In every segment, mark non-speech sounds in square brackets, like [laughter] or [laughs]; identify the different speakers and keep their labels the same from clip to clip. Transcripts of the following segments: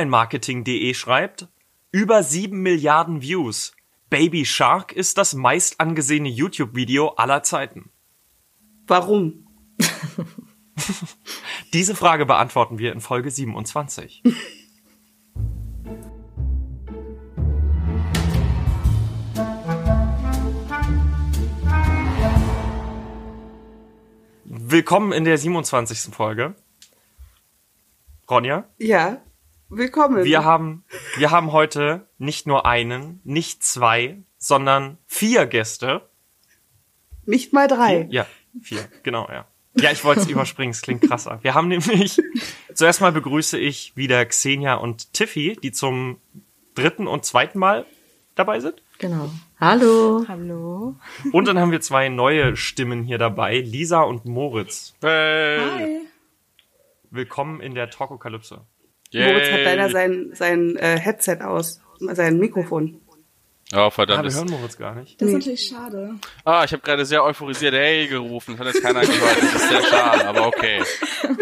Speaker 1: Onlinemarketing.de schreibt, über 7 Milliarden Views. Baby Shark ist das meist angesehene YouTube-Video aller Zeiten.
Speaker 2: Warum?
Speaker 1: Diese Frage beantworten wir in Folge 27. Willkommen in der 27. Folge. Ronja,
Speaker 2: Ja, willkommen.
Speaker 1: wir haben, wir haben heute nicht nur einen, nicht zwei, sondern vier Gäste.
Speaker 2: Nicht mal drei.
Speaker 1: Ja, vier, genau, ja. Ja, ich wollte es überspringen, es klingt krasser. Wir haben nämlich, zuerst mal begrüße ich wieder Xenia und Tiffy, die zum dritten und zweiten Mal dabei sind.
Speaker 3: Genau. Hallo.
Speaker 4: Hallo.
Speaker 1: Und dann haben wir zwei neue Stimmen hier dabei, Lisa und Moritz.
Speaker 4: Hi.
Speaker 1: Willkommen in der Talkokalypse.
Speaker 2: Moritz hat leider sein, sein äh, Headset aus, sein Mikrofon.
Speaker 5: Oh,
Speaker 1: Ah,
Speaker 5: verdammt.
Speaker 1: wir
Speaker 5: ist-
Speaker 1: hören Moritz gar nicht.
Speaker 4: Das ist natürlich schade.
Speaker 5: ah, ich habe gerade sehr euphorisiert Hey gerufen. Das hat jetzt keiner gehört. Das ist sehr schade, aber okay.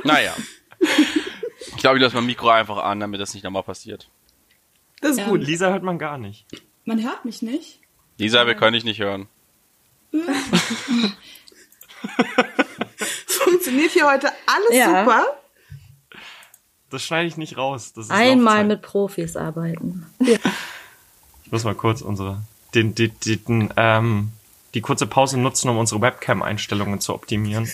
Speaker 5: Naja. Ich glaube, ich lasse mein Mikro einfach an, damit das nicht nochmal passiert.
Speaker 2: Das ist
Speaker 4: Ja.
Speaker 2: gut.
Speaker 1: Lisa hört man gar nicht.
Speaker 4: Man hört mich nicht.
Speaker 5: Lisa, wir können dich nicht hören.
Speaker 2: Funktioniert hier heute alles
Speaker 3: Ja.
Speaker 2: super.
Speaker 1: Das schneide ich nicht raus. Das ist
Speaker 3: Einmal
Speaker 1: Laufzeit.
Speaker 3: mit Profis arbeiten.
Speaker 1: Ich muss mal kurz unsere den, den, den, den, ähm, die kurze Pause nutzen, um unsere Webcam-Einstellungen zu optimieren.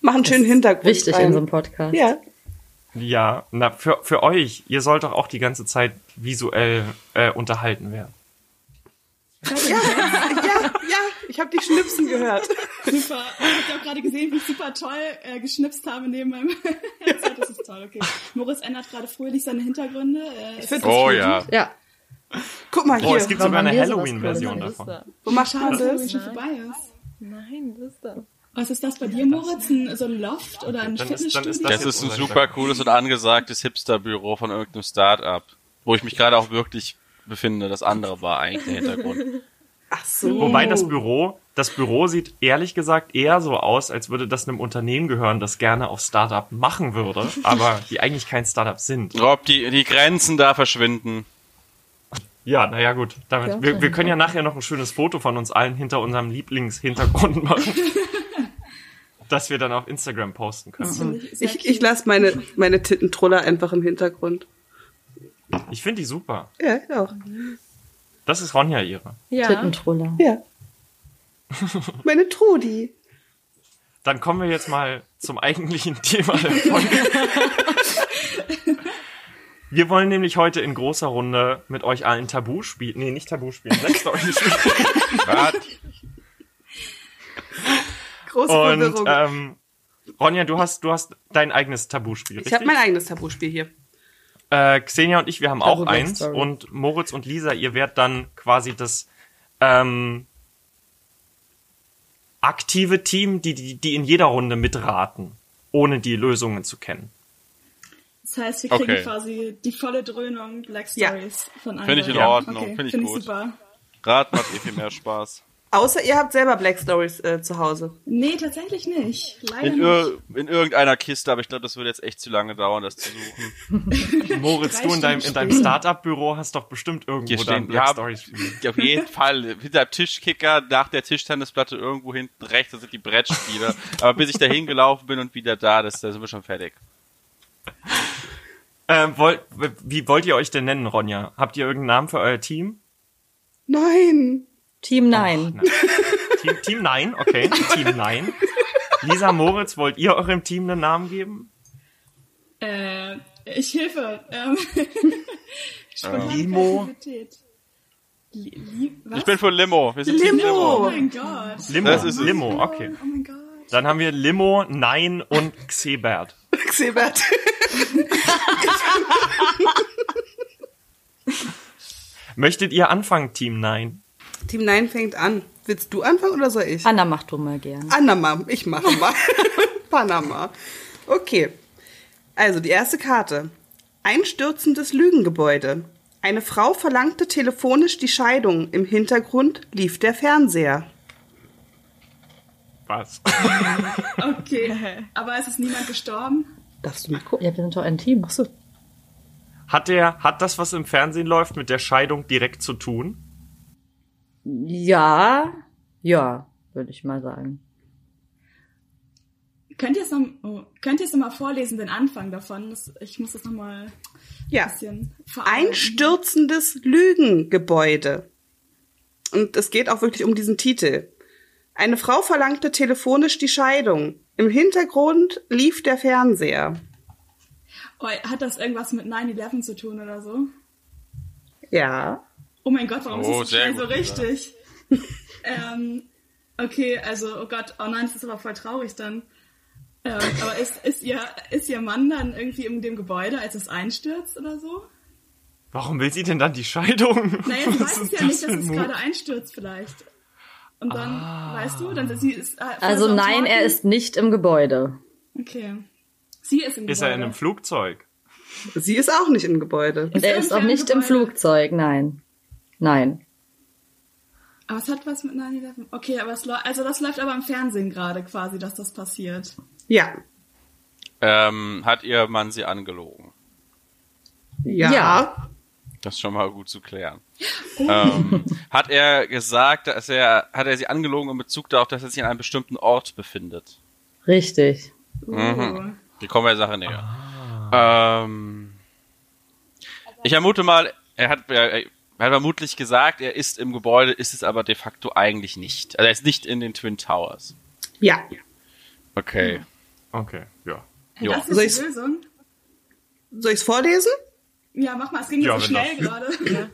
Speaker 2: Mach einen schönen Hintergrund.
Speaker 3: Wichtig
Speaker 2: rein.
Speaker 3: in so einem Podcast.
Speaker 2: Ja.
Speaker 1: Ja, na, für, für euch, ihr sollt doch auch die ganze Zeit visuell äh, unterhalten werden.
Speaker 2: Ja, ja, ich habe dich schnipsen gehört.
Speaker 4: Super. Ich habe gerade gesehen, wie ich super toll äh, geschnipst habe neben meinem [laughs] Headset. Das ist toll, okay. Moritz ändert gerade fröhlich seine Hintergründe. Äh, ich
Speaker 2: find das
Speaker 5: Oh ja.
Speaker 3: Ja.
Speaker 2: Guck mal
Speaker 1: Oh,
Speaker 2: hier,
Speaker 1: es gibt
Speaker 3: Warum
Speaker 1: sogar
Speaker 3: haben
Speaker 1: eine
Speaker 3: wir sowas
Speaker 1: Halloween-Version
Speaker 3: Cooles?
Speaker 1: davon.
Speaker 2: wo macht
Speaker 4: Schade,
Speaker 2: man
Speaker 4: dass es
Speaker 2: das?
Speaker 4: schon vorbei ist.
Speaker 6: Nein, das ist das.
Speaker 4: Was ist das bei dir, Moritz? Ein, so ein Loft oder ein
Speaker 1: Dann ist-
Speaker 4: Fitnessstudio?
Speaker 1: dann ist
Speaker 5: Das
Speaker 1: jetzt
Speaker 5: ist ein
Speaker 1: unser
Speaker 5: super
Speaker 1: Stand.
Speaker 5: cooles und angesagtes Hipster-Büro von irgendeinem Start-up, wo ich mich gerade auch wirklich befinde. Das andere war eigentlich der Hintergrund.
Speaker 2: Ach so.
Speaker 3: Oh.
Speaker 1: Wobei das Büro, das Büro sieht ehrlich gesagt eher so aus, als würde das einem Unternehmen gehören, das gerne auf Startup machen
Speaker 3: [laughs]
Speaker 1: würde, aber die eigentlich kein Startup sind.
Speaker 5: Rob, die, die Grenzen da verschwinden.
Speaker 1: Ja, naja gut. Damit,
Speaker 3: Ja,
Speaker 1: wir, wir können ja nachher noch ein schönes Foto von uns allen hinter unserem Lieblingshintergrund machen. das wir dann auf Instagram posten können.
Speaker 2: Ich, ich lasse meine, meine Tittentroller einfach im Hintergrund.
Speaker 1: Ich finde die super.
Speaker 2: Ja, ich auch.
Speaker 1: Das ist Ronja ihre.
Speaker 6: Ja.
Speaker 3: Tittentroller.
Speaker 1: [laughs]
Speaker 2: Ja. Meine Trudi.
Speaker 1: Dann kommen wir jetzt mal zum eigentlichen [laughs] Thema der Folge. Wir wollen nämlich heute in großer Runde mit euch allen Tabu spielen. Nee, nicht Tabu spielen, Sex Story spielen.
Speaker 5: Was?
Speaker 2: Große
Speaker 1: Und
Speaker 2: Verwirrung.
Speaker 1: ähm, Ronja, du hast, du hast dein eigenes Tabu-Spiel,
Speaker 2: ich habe
Speaker 1: richtig?
Speaker 2: mein eigenes Tabuspiel hier.
Speaker 1: äh, Xenia und ich, wir haben auch
Speaker 3: Tabu-Sex
Speaker 1: eins.
Speaker 3: Story.
Speaker 1: Und Moritz und Lisa, ihr werdet dann quasi das ähm, aktive Team, die, die, die in jeder Runde mitraten, ohne die Lösungen zu kennen.
Speaker 4: Das heißt, wir kriegen
Speaker 5: Okay.
Speaker 4: quasi die volle Dröhnung Black
Speaker 2: Ja.
Speaker 4: Stories von allen.
Speaker 5: Find ich in
Speaker 4: Leuten.
Speaker 5: Ordnung,
Speaker 4: Okay.
Speaker 5: find ich gut.
Speaker 4: super.
Speaker 5: Rat macht eh viel mehr Spaß.
Speaker 2: Außer ihr habt selber Black Stories äh, zu Hause.
Speaker 4: Nee, tatsächlich nicht. Leider
Speaker 5: In,
Speaker 4: nicht.
Speaker 5: ir in irgendeiner Kiste, aber ich glaube, das würde jetzt echt zu lange dauern, das zu suchen.
Speaker 1: Moritz,
Speaker 4: Drei
Speaker 1: du in deinem, in
Speaker 4: Stunden
Speaker 1: deinem Startup-Büro hast doch bestimmt irgendwo
Speaker 5: Hier
Speaker 1: dein
Speaker 5: stehen, wir
Speaker 1: Black
Speaker 5: haben
Speaker 1: Stories. Spiel.
Speaker 5: auf
Speaker 4: [laughs]
Speaker 5: jeden Fall hinter dem Tischkicker, nach der Tischtennisplatte irgendwo hinten rechts, das sind die Brettspiele. Aber bis ich da hingelaufen bin und wieder da, das, da sind wir schon fertig.
Speaker 1: Ähm, wollt, wie wollt ihr euch denn nennen, Ronja? Habt ihr irgendeinen Namen für euer Team?
Speaker 2: Nein.
Speaker 3: Team Nein.
Speaker 1: Nein. Team, Team Nein, okay. [laughs] Team Nein. Lisa, Moritz, wollt ihr eurem Team einen Namen geben?
Speaker 4: Äh, ich hilfe. Ähm, [laughs] spontane
Speaker 1: Limo.
Speaker 4: Kreativität. Li li was?
Speaker 5: Ich bin für Limo. Wir sind Team
Speaker 4: Oh
Speaker 2: Limo.
Speaker 4: mein Gott.
Speaker 1: Limo.
Speaker 5: Das ist es.
Speaker 1: Limo, okay.
Speaker 4: Oh mein Gott.
Speaker 1: Dann haben wir Limo, Nein und Xebert.
Speaker 2: Xebert.
Speaker 1: Möchtet ihr anfangen, Team Nein?
Speaker 2: [laughs] Team Nein fängt an. Willst du anfangen oder soll ich?
Speaker 3: Anna macht du mal gern.
Speaker 2: Panama. Ich mache mal. [laughs] Panama. Okay. Also die erste Karte. Einstürzendes Lügengebäude. Eine Frau verlangte telefonisch die Scheidung. Im Hintergrund lief der Fernseher.
Speaker 1: Was? [laughs]
Speaker 4: Okay. Aber es ist niemand gestorben.
Speaker 2: Darfst du mal gucken?
Speaker 3: Ja, wir sind doch ein Team. Achso.
Speaker 1: Hat der, hat das, was im Fernsehen läuft, mit der Scheidung direkt zu tun?
Speaker 3: Ja, ja, würde ich mal sagen.
Speaker 4: Könnt ihr es nochmal oh, könnt ihr es noch mal vorlesen, den Anfang davon? Das, ich muss das nochmal ein
Speaker 2: Ja.
Speaker 4: bisschen verarbeiten.
Speaker 2: Einstürzendes Lügengebäude. Und es geht auch wirklich um diesen Titel. Eine Frau verlangte telefonisch die Scheidung. Im Hintergrund lief der Fernseher.
Speaker 4: Oh, hat das irgendwas mit 9-11 zu tun oder so?
Speaker 2: Ja.
Speaker 4: Oh mein Gott, warum
Speaker 5: Oh,
Speaker 4: ist das
Speaker 5: sehr
Speaker 4: schnell so
Speaker 5: gut,
Speaker 4: richtig? [laughs] ähm, okay, also, oh Gott, oh nein, das ist aber voll traurig dann. Ähm, aber ist, ist, ihr, ist ihr Mann dann irgendwie in dem Gebäude, als es einstürzt oder so?
Speaker 1: Warum will sie denn dann die Scheidung?
Speaker 4: Naja,
Speaker 1: [laughs] Was
Speaker 4: sie weiß
Speaker 1: ist
Speaker 4: es ja
Speaker 1: das
Speaker 4: nicht,
Speaker 1: für
Speaker 4: dass
Speaker 1: ein
Speaker 4: es
Speaker 1: Move?
Speaker 4: gerade einstürzt vielleicht. Und dann,
Speaker 1: Ah.
Speaker 4: weißt du, dann sie ist. Äh, voll so
Speaker 3: Also
Speaker 4: am
Speaker 3: nein, er
Speaker 4: Talken.
Speaker 3: ist nicht im Gebäude.
Speaker 4: Okay. Sie ist im Gebäude.
Speaker 1: Ist er in einem Flugzeug?
Speaker 2: Sie ist auch nicht im Gebäude.
Speaker 3: Und
Speaker 4: Ist
Speaker 3: er
Speaker 4: er im
Speaker 3: ist auch nicht im
Speaker 4: Ferngebäude?
Speaker 3: Flugzeug, nein. Nein.
Speaker 4: Aber es hat was mit 9-11. Okay, aber es läuft. Also, das läuft aber im Fernsehen gerade quasi, dass das passiert.
Speaker 2: Ja.
Speaker 5: Ähm, hat ihr Mann sie angelogen?
Speaker 2: Ja.
Speaker 3: Ja.
Speaker 5: Das ist schon mal gut zu klären.
Speaker 4: Oh.
Speaker 5: ähm, hat er gesagt, dass er, hat er sie angelogen in Bezug darauf, dass er sich an einem bestimmten Ort befindet?
Speaker 3: Richtig.
Speaker 4: Uh.
Speaker 1: Mhm.
Speaker 5: Die kommen der Sache näher.
Speaker 3: Ah.
Speaker 5: Ähm, ich vermute mal, er hat, er, er hat vermutlich gesagt, er ist im Gebäude, ist es aber de facto eigentlich nicht. Also er ist nicht in den Twin Towers.
Speaker 2: Ja.
Speaker 5: Okay.
Speaker 1: Okay, ja.
Speaker 5: Jo.
Speaker 4: Das
Speaker 2: Soll
Speaker 4: ist
Speaker 2: ich's-
Speaker 4: die Lösung.
Speaker 2: Soll ich's vorlesen?
Speaker 4: Ja, mach mal, es ging
Speaker 1: Ja,
Speaker 4: so
Speaker 1: wenn
Speaker 4: schnell
Speaker 1: das-
Speaker 4: gerade.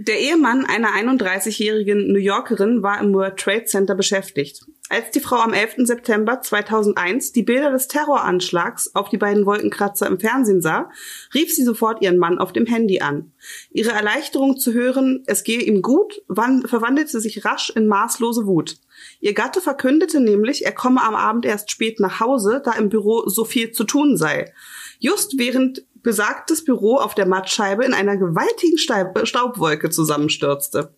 Speaker 2: Der Ehemann einer 31-jährigen New Yorkerin war im World Trade Center beschäftigt. Als die Frau am 11. September 2001 die Bilder des Terroranschlags auf die beiden Wolkenkratzer im Fernsehen sah, rief sie sofort ihren Mann auf dem Handy an. Ihre Erleichterung zu hören, es gehe ihm gut, wan- verwandelte sich rasch in maßlose Wut. Ihr Gatte verkündete nämlich, er komme am Abend erst spät nach Hause, da im Büro so viel zu tun sei. Just während besagtes Büro auf der Mattscheibe in einer gewaltigen Staub Staubwolke zusammenstürzte.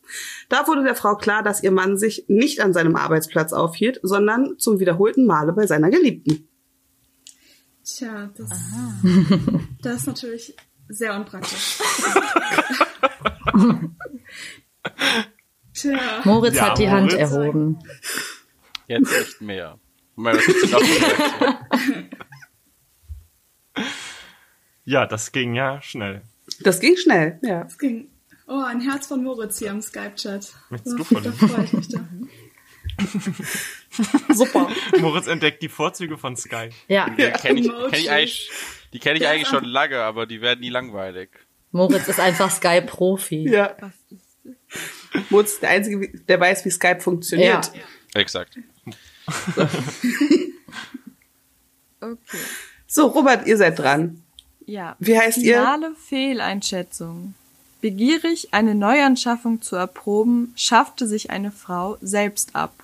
Speaker 2: Da wurde der Frau klar, dass ihr Mann sich nicht an seinem Arbeitsplatz aufhielt, sondern zum wiederholten Male bei seiner Geliebten.
Speaker 4: Tja, das, das ist natürlich sehr unpraktisch. Tja,
Speaker 3: Moritz
Speaker 1: Ja,
Speaker 3: hat die
Speaker 1: Moritz.
Speaker 3: Hand erhoben.
Speaker 5: Jetzt nicht mehr. Moment, das gibt's doch nicht.
Speaker 1: Ja, das ging ja schnell. [laughs]
Speaker 2: Das ging schnell, ja.
Speaker 4: es ging. Oh, ein Herz von Moritz hier im Skype-Chat.
Speaker 1: Möchtest du
Speaker 4: Oh,
Speaker 1: vorlesen?
Speaker 4: Da freue ich mich da.
Speaker 2: Super.
Speaker 1: Moritz entdeckt die Vorzüge von Sky.
Speaker 3: Ja,
Speaker 5: Die kenn ich, kenn
Speaker 4: Emoji.
Speaker 5: ich eigentlich, die kenne ich eigentlich schon lange, aber die werden nie langweilig.
Speaker 3: Moritz ist einfach Sky-Profi.
Speaker 2: ja. Mutz ist der Einzige, der weiß, wie Skype
Speaker 3: Ja.
Speaker 2: funktioniert.
Speaker 5: Exakt.
Speaker 6: Okay.
Speaker 2: So, Robert, ihr seid dran.
Speaker 6: Ja.
Speaker 2: Wie heißt ihr?
Speaker 6: Finale Fehleinschätzung. Begierig, eine Neuanschaffung zu erproben, schaffte sich eine Frau selbst ab.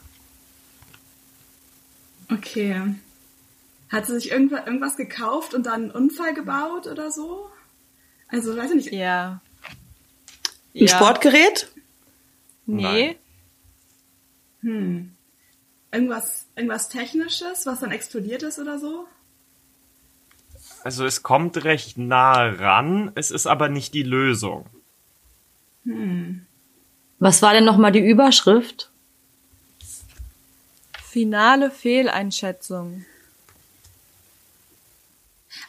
Speaker 4: Okay. Hat sie sich irgendwa- irgendwas gekauft und dann einen Unfall gebaut oder so? Also, weiß ich nicht.
Speaker 6: Ja.
Speaker 2: Ein Sportgerät?
Speaker 6: Nee.
Speaker 4: Hm. Irgendwas, irgendwas Technisches, was dann explodiert ist oder so?
Speaker 1: Also es kommt recht nah ran, es ist aber nicht die Lösung.
Speaker 3: Was war denn nochmal die Überschrift?
Speaker 6: Finale Fehleinschätzung.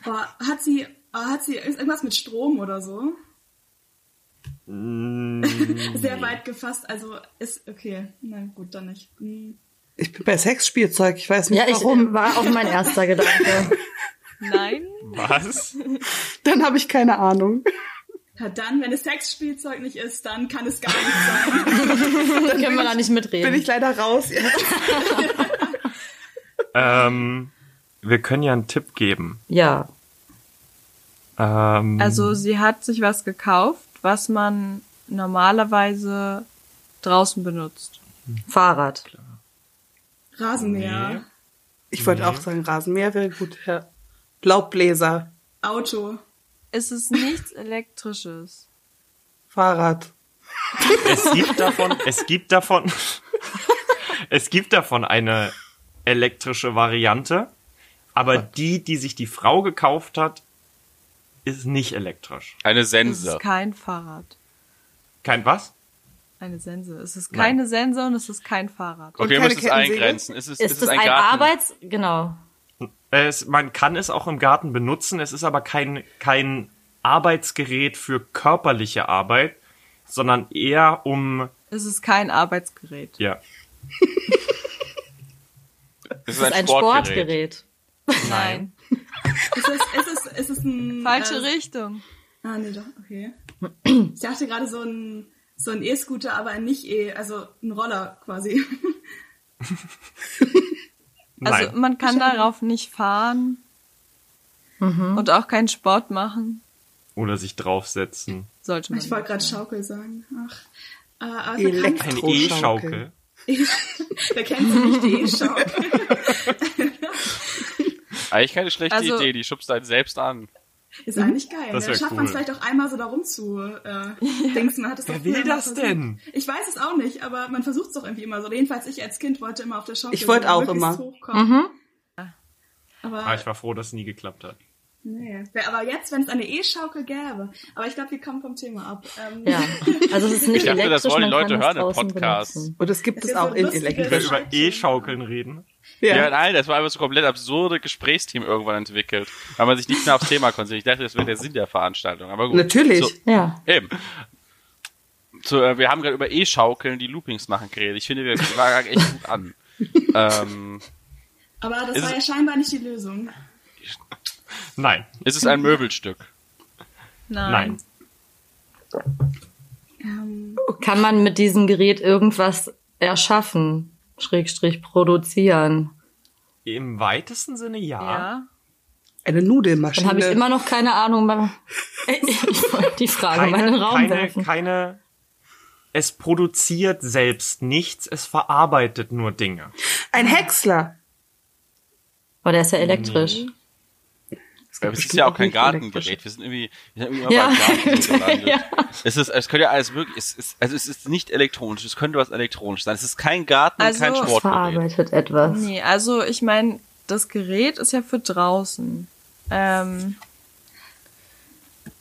Speaker 4: Aber hat sie, äh, hat sie irgendwas mit Strom oder so? [laughs] Sehr weit gefasst, also ist okay. Na gut, dann nicht. Hm.
Speaker 2: Ich bin bei Sexspielzeug, ich weiß nicht
Speaker 3: Ja, ich
Speaker 2: warum.
Speaker 3: war auch mein erster Gedanke.
Speaker 6: Nein?
Speaker 1: Hm.
Speaker 4: [laughs]
Speaker 1: Was?
Speaker 2: Dann habe ich keine Ahnung.
Speaker 4: Ja, dann, wenn es Sexspielzeug nicht ist, dann kann es gar nicht sein.
Speaker 3: Können wir da nicht mitreden.
Speaker 2: Bin ich leider raus.
Speaker 1: ähm, wir können ja einen Tipp geben.
Speaker 3: ja.
Speaker 1: Ähm,
Speaker 6: Also sie hat sich was gekauft, was man normalerweise draußen benutzt.
Speaker 3: Fahrrad.
Speaker 4: Rasenmäher,
Speaker 2: Ich wollte auch sagen, Rasenmäher wäre gut. Ja. Laubbläser,
Speaker 4: Auto.
Speaker 6: Es ist nichts Elektrisches.
Speaker 2: Fahrrad.
Speaker 1: es gibt davon, es gibt davon, es gibt davon eine elektrische Variante, aber die, die sich die Frau gekauft hat, ist nicht elektrisch.
Speaker 5: Eine
Speaker 6: Es
Speaker 5: Sense.
Speaker 6: ist kein Fahrrad.
Speaker 1: Kein was?
Speaker 6: Eine Sense. Es ist keine Sense und es ist kein Fahrrad.
Speaker 5: Okay, wir
Speaker 2: keine
Speaker 5: müssen es
Speaker 2: Kettensäge?
Speaker 5: eingrenzen. Ist es,
Speaker 3: Ist,
Speaker 5: es
Speaker 3: das ein,
Speaker 5: Garten?
Speaker 3: Arbeits... Genau.
Speaker 1: Es, man kann es auch im Garten benutzen. Es ist aber kein, kein Arbeitsgerät für körperliche Arbeit, sondern eher um,
Speaker 6: Es ist kein Arbeitsgerät.
Speaker 1: ja,
Speaker 5: Es
Speaker 3: Es ist ein Sportgerät.
Speaker 1: nein.
Speaker 4: Ist es, ist es, ist es ein... äh,
Speaker 6: Falsche Richtung.
Speaker 4: Ah, nee, doch, okay. Ich dachte gerade so ein so ein E-Scooter, aber ein nicht E, also ein Roller quasi. [laughs]
Speaker 6: Also
Speaker 1: nein.
Speaker 6: man kann darauf nicht fahren
Speaker 4: Mhm.
Speaker 6: und auch keinen Sport machen.
Speaker 1: Oder sich draufsetzen.
Speaker 6: Sollte man.
Speaker 4: Ich wollte gerade Schaukel sagen. Ach. Äh, aber wer kann-
Speaker 1: Eine
Speaker 2: Elektro
Speaker 1: E-Schaukel.
Speaker 4: [laughs] wer kennt sie nicht die E-Schaukel?
Speaker 5: Eigentlich keine schlechte
Speaker 6: Also-
Speaker 5: Idee, die schubst einen selbst an.
Speaker 2: Mhm.
Speaker 4: Ist eigentlich geil.
Speaker 1: Das
Speaker 4: Dann
Speaker 1: wär
Speaker 4: schafft man es
Speaker 1: cool.
Speaker 4: vielleicht auch einmal so da rum
Speaker 2: [laughs]
Speaker 4: zu äh, Dings. Man hat das
Speaker 1: Wer
Speaker 4: doch
Speaker 1: will
Speaker 4: früher mal
Speaker 1: das
Speaker 4: versucht.
Speaker 1: denn?
Speaker 4: Ich weiß es auch nicht, aber man versucht es doch irgendwie immer so. Jedenfalls ich als Kind wollte immer auf der Schaukel
Speaker 2: Ich wollte
Speaker 4: so
Speaker 2: auch
Speaker 4: möglichst
Speaker 2: immer. Mhm.
Speaker 4: hochkommen. Aber,
Speaker 1: Ah, ich war froh, dass es nie geklappt hat.
Speaker 4: nee. Wer- aber jetzt, wenn es eine E-Schaukel gäbe. Aber ich glaube, wir kommen vom Thema ab. Ähm,
Speaker 3: Ja. Also es ist nicht
Speaker 5: Ich dachte, das
Speaker 3: elektrisch,
Speaker 5: wollen
Speaker 3: man
Speaker 5: die Leute
Speaker 3: kann das
Speaker 5: hören im
Speaker 3: draußen
Speaker 5: Podcast.
Speaker 3: benutzen.
Speaker 2: Und das gibt
Speaker 4: Das
Speaker 2: es
Speaker 4: ist
Speaker 2: auch
Speaker 4: so
Speaker 2: in
Speaker 4: lustige-
Speaker 1: Wenn wir
Speaker 2: elektrisch.
Speaker 1: über E-Schaukeln reden,
Speaker 5: Ja. nein, das war einfach so komplett absurde Gesprächsthemen irgendwann entwickelt, weil man sich nicht mehr aufs Thema konzentriert. Ich dachte, das wäre der Sinn der Veranstaltung. Aber gut.
Speaker 2: Natürlich.
Speaker 5: So,
Speaker 3: Ja.
Speaker 5: eben. So, äh, wir haben gerade über E-Schaukeln, die Loopings machen, geredet. Ich finde, wir schlagen echt gut an. ähm,
Speaker 4: Aber das
Speaker 5: Ist
Speaker 4: war
Speaker 5: es-
Speaker 4: ja scheinbar nicht
Speaker 2: [laughs]
Speaker 4: die Lösung.
Speaker 1: nein,
Speaker 5: ist es ein Möbelstück?
Speaker 1: nein.
Speaker 3: Kann man mit diesem Gerät irgendwas erschaffen? Schrägstrich produzieren.
Speaker 1: Im weitesten Sinne ja.
Speaker 6: Ja.
Speaker 2: Eine Nudelmaschine.
Speaker 3: Dann habe ich immer noch keine
Speaker 1: [laughs]
Speaker 3: Ahnung. weil- Ich wollte die Frage mal in den
Speaker 1: Keine,
Speaker 3: Raum
Speaker 1: keine,
Speaker 3: werfen.
Speaker 1: keine, es produziert selbst nichts, es verarbeitet nur Dinge.
Speaker 2: Ein Häcksler.
Speaker 3: Aber der ist ja elektrisch.
Speaker 5: Hm, Aber es ist ja auch kein
Speaker 2: nicht
Speaker 5: Gartengerät.
Speaker 2: elektrisch.
Speaker 5: Wir sind irgendwie, wir sind irgendwie
Speaker 3: Ja.
Speaker 5: immer beim Garten so gelandet.
Speaker 3: Ja.
Speaker 5: Es ist, es könnte ja alles möglich, es ist, also es ist nicht elektronisch, es könnte was elektronisch sein. Es ist kein Garten und
Speaker 6: Also,
Speaker 5: kein
Speaker 6: es
Speaker 3: Es
Speaker 5: Sportgerät.
Speaker 3: verarbeitet etwas.
Speaker 6: Nee, also ich meine, das Gerät ist ja für draußen. Ähm,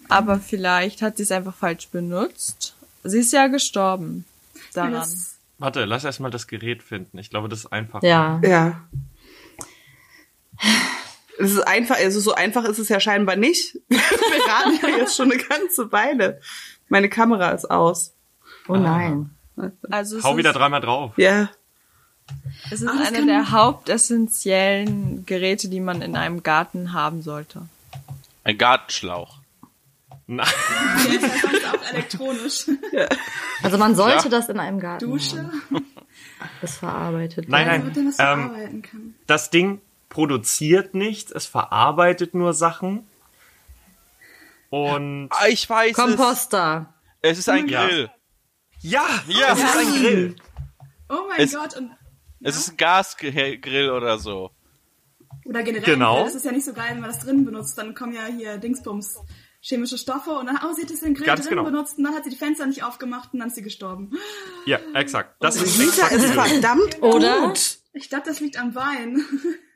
Speaker 6: aber vielleicht hat sie es einfach falsch benutzt. Sie ist ja gestorben daran.
Speaker 4: Das,
Speaker 1: Warte, lass erstmal das Gerät finden. Ich glaube, das ist einfach.
Speaker 3: Ja.
Speaker 2: Ja. Es ist einfach, also so einfach ist es ja scheinbar nicht. [laughs] Wir raten ja jetzt schon eine ganze Weile. Meine Kamera ist aus.
Speaker 1: Ah.
Speaker 3: Oh nein.
Speaker 6: Also es
Speaker 1: Hau wieder
Speaker 6: ist,
Speaker 1: dreimal drauf.
Speaker 2: Ja.
Speaker 6: es ist
Speaker 4: Ah, das
Speaker 6: einer
Speaker 4: kann-
Speaker 6: der hauptessentiellen Geräte, die man in einem Garten haben sollte.
Speaker 5: Ein Gartenschlauch.
Speaker 1: Nein.
Speaker 4: ja, das heißt sonst auch elektronisch.
Speaker 3: Also man sollte das in einem Garten.
Speaker 4: Dusche,
Speaker 3: Das verarbeitet.
Speaker 1: Nein,
Speaker 4: also mit
Speaker 1: nein.
Speaker 4: dem man es
Speaker 1: Ähm,
Speaker 4: verarbeiten kann.
Speaker 1: das Ding produziert nichts, es verarbeitet nur Sachen. Und
Speaker 5: Ah, ich weiß
Speaker 3: Komposter.
Speaker 5: es. Es ist ein
Speaker 1: Ja.
Speaker 5: Grill.
Speaker 1: ja,
Speaker 5: Ja.
Speaker 1: es ist ein Grill.
Speaker 4: Oh mein
Speaker 5: Es-
Speaker 4: Gott, und,
Speaker 5: Es ist ein Gasgrill oder so.
Speaker 4: oder generell,
Speaker 1: Genau.
Speaker 4: das ist ja nicht so geil, wenn man das drinnen benutzt, dann kommen ja hier Dingsbums chemische Stoffe und dann, oh, sie hat das in den Grill
Speaker 1: Ganz
Speaker 4: drinnen
Speaker 1: genau.
Speaker 4: benutzt und dann hat sie die Fenster nicht aufgemacht und dann ist sie gestorben.
Speaker 1: Ja, exakt. Das ist
Speaker 2: Lisa
Speaker 1: exakt
Speaker 2: ist
Speaker 1: Grill.
Speaker 2: verdammt
Speaker 3: [laughs] Oder?
Speaker 2: gut.
Speaker 4: Ich glaube, das liegt am Wein.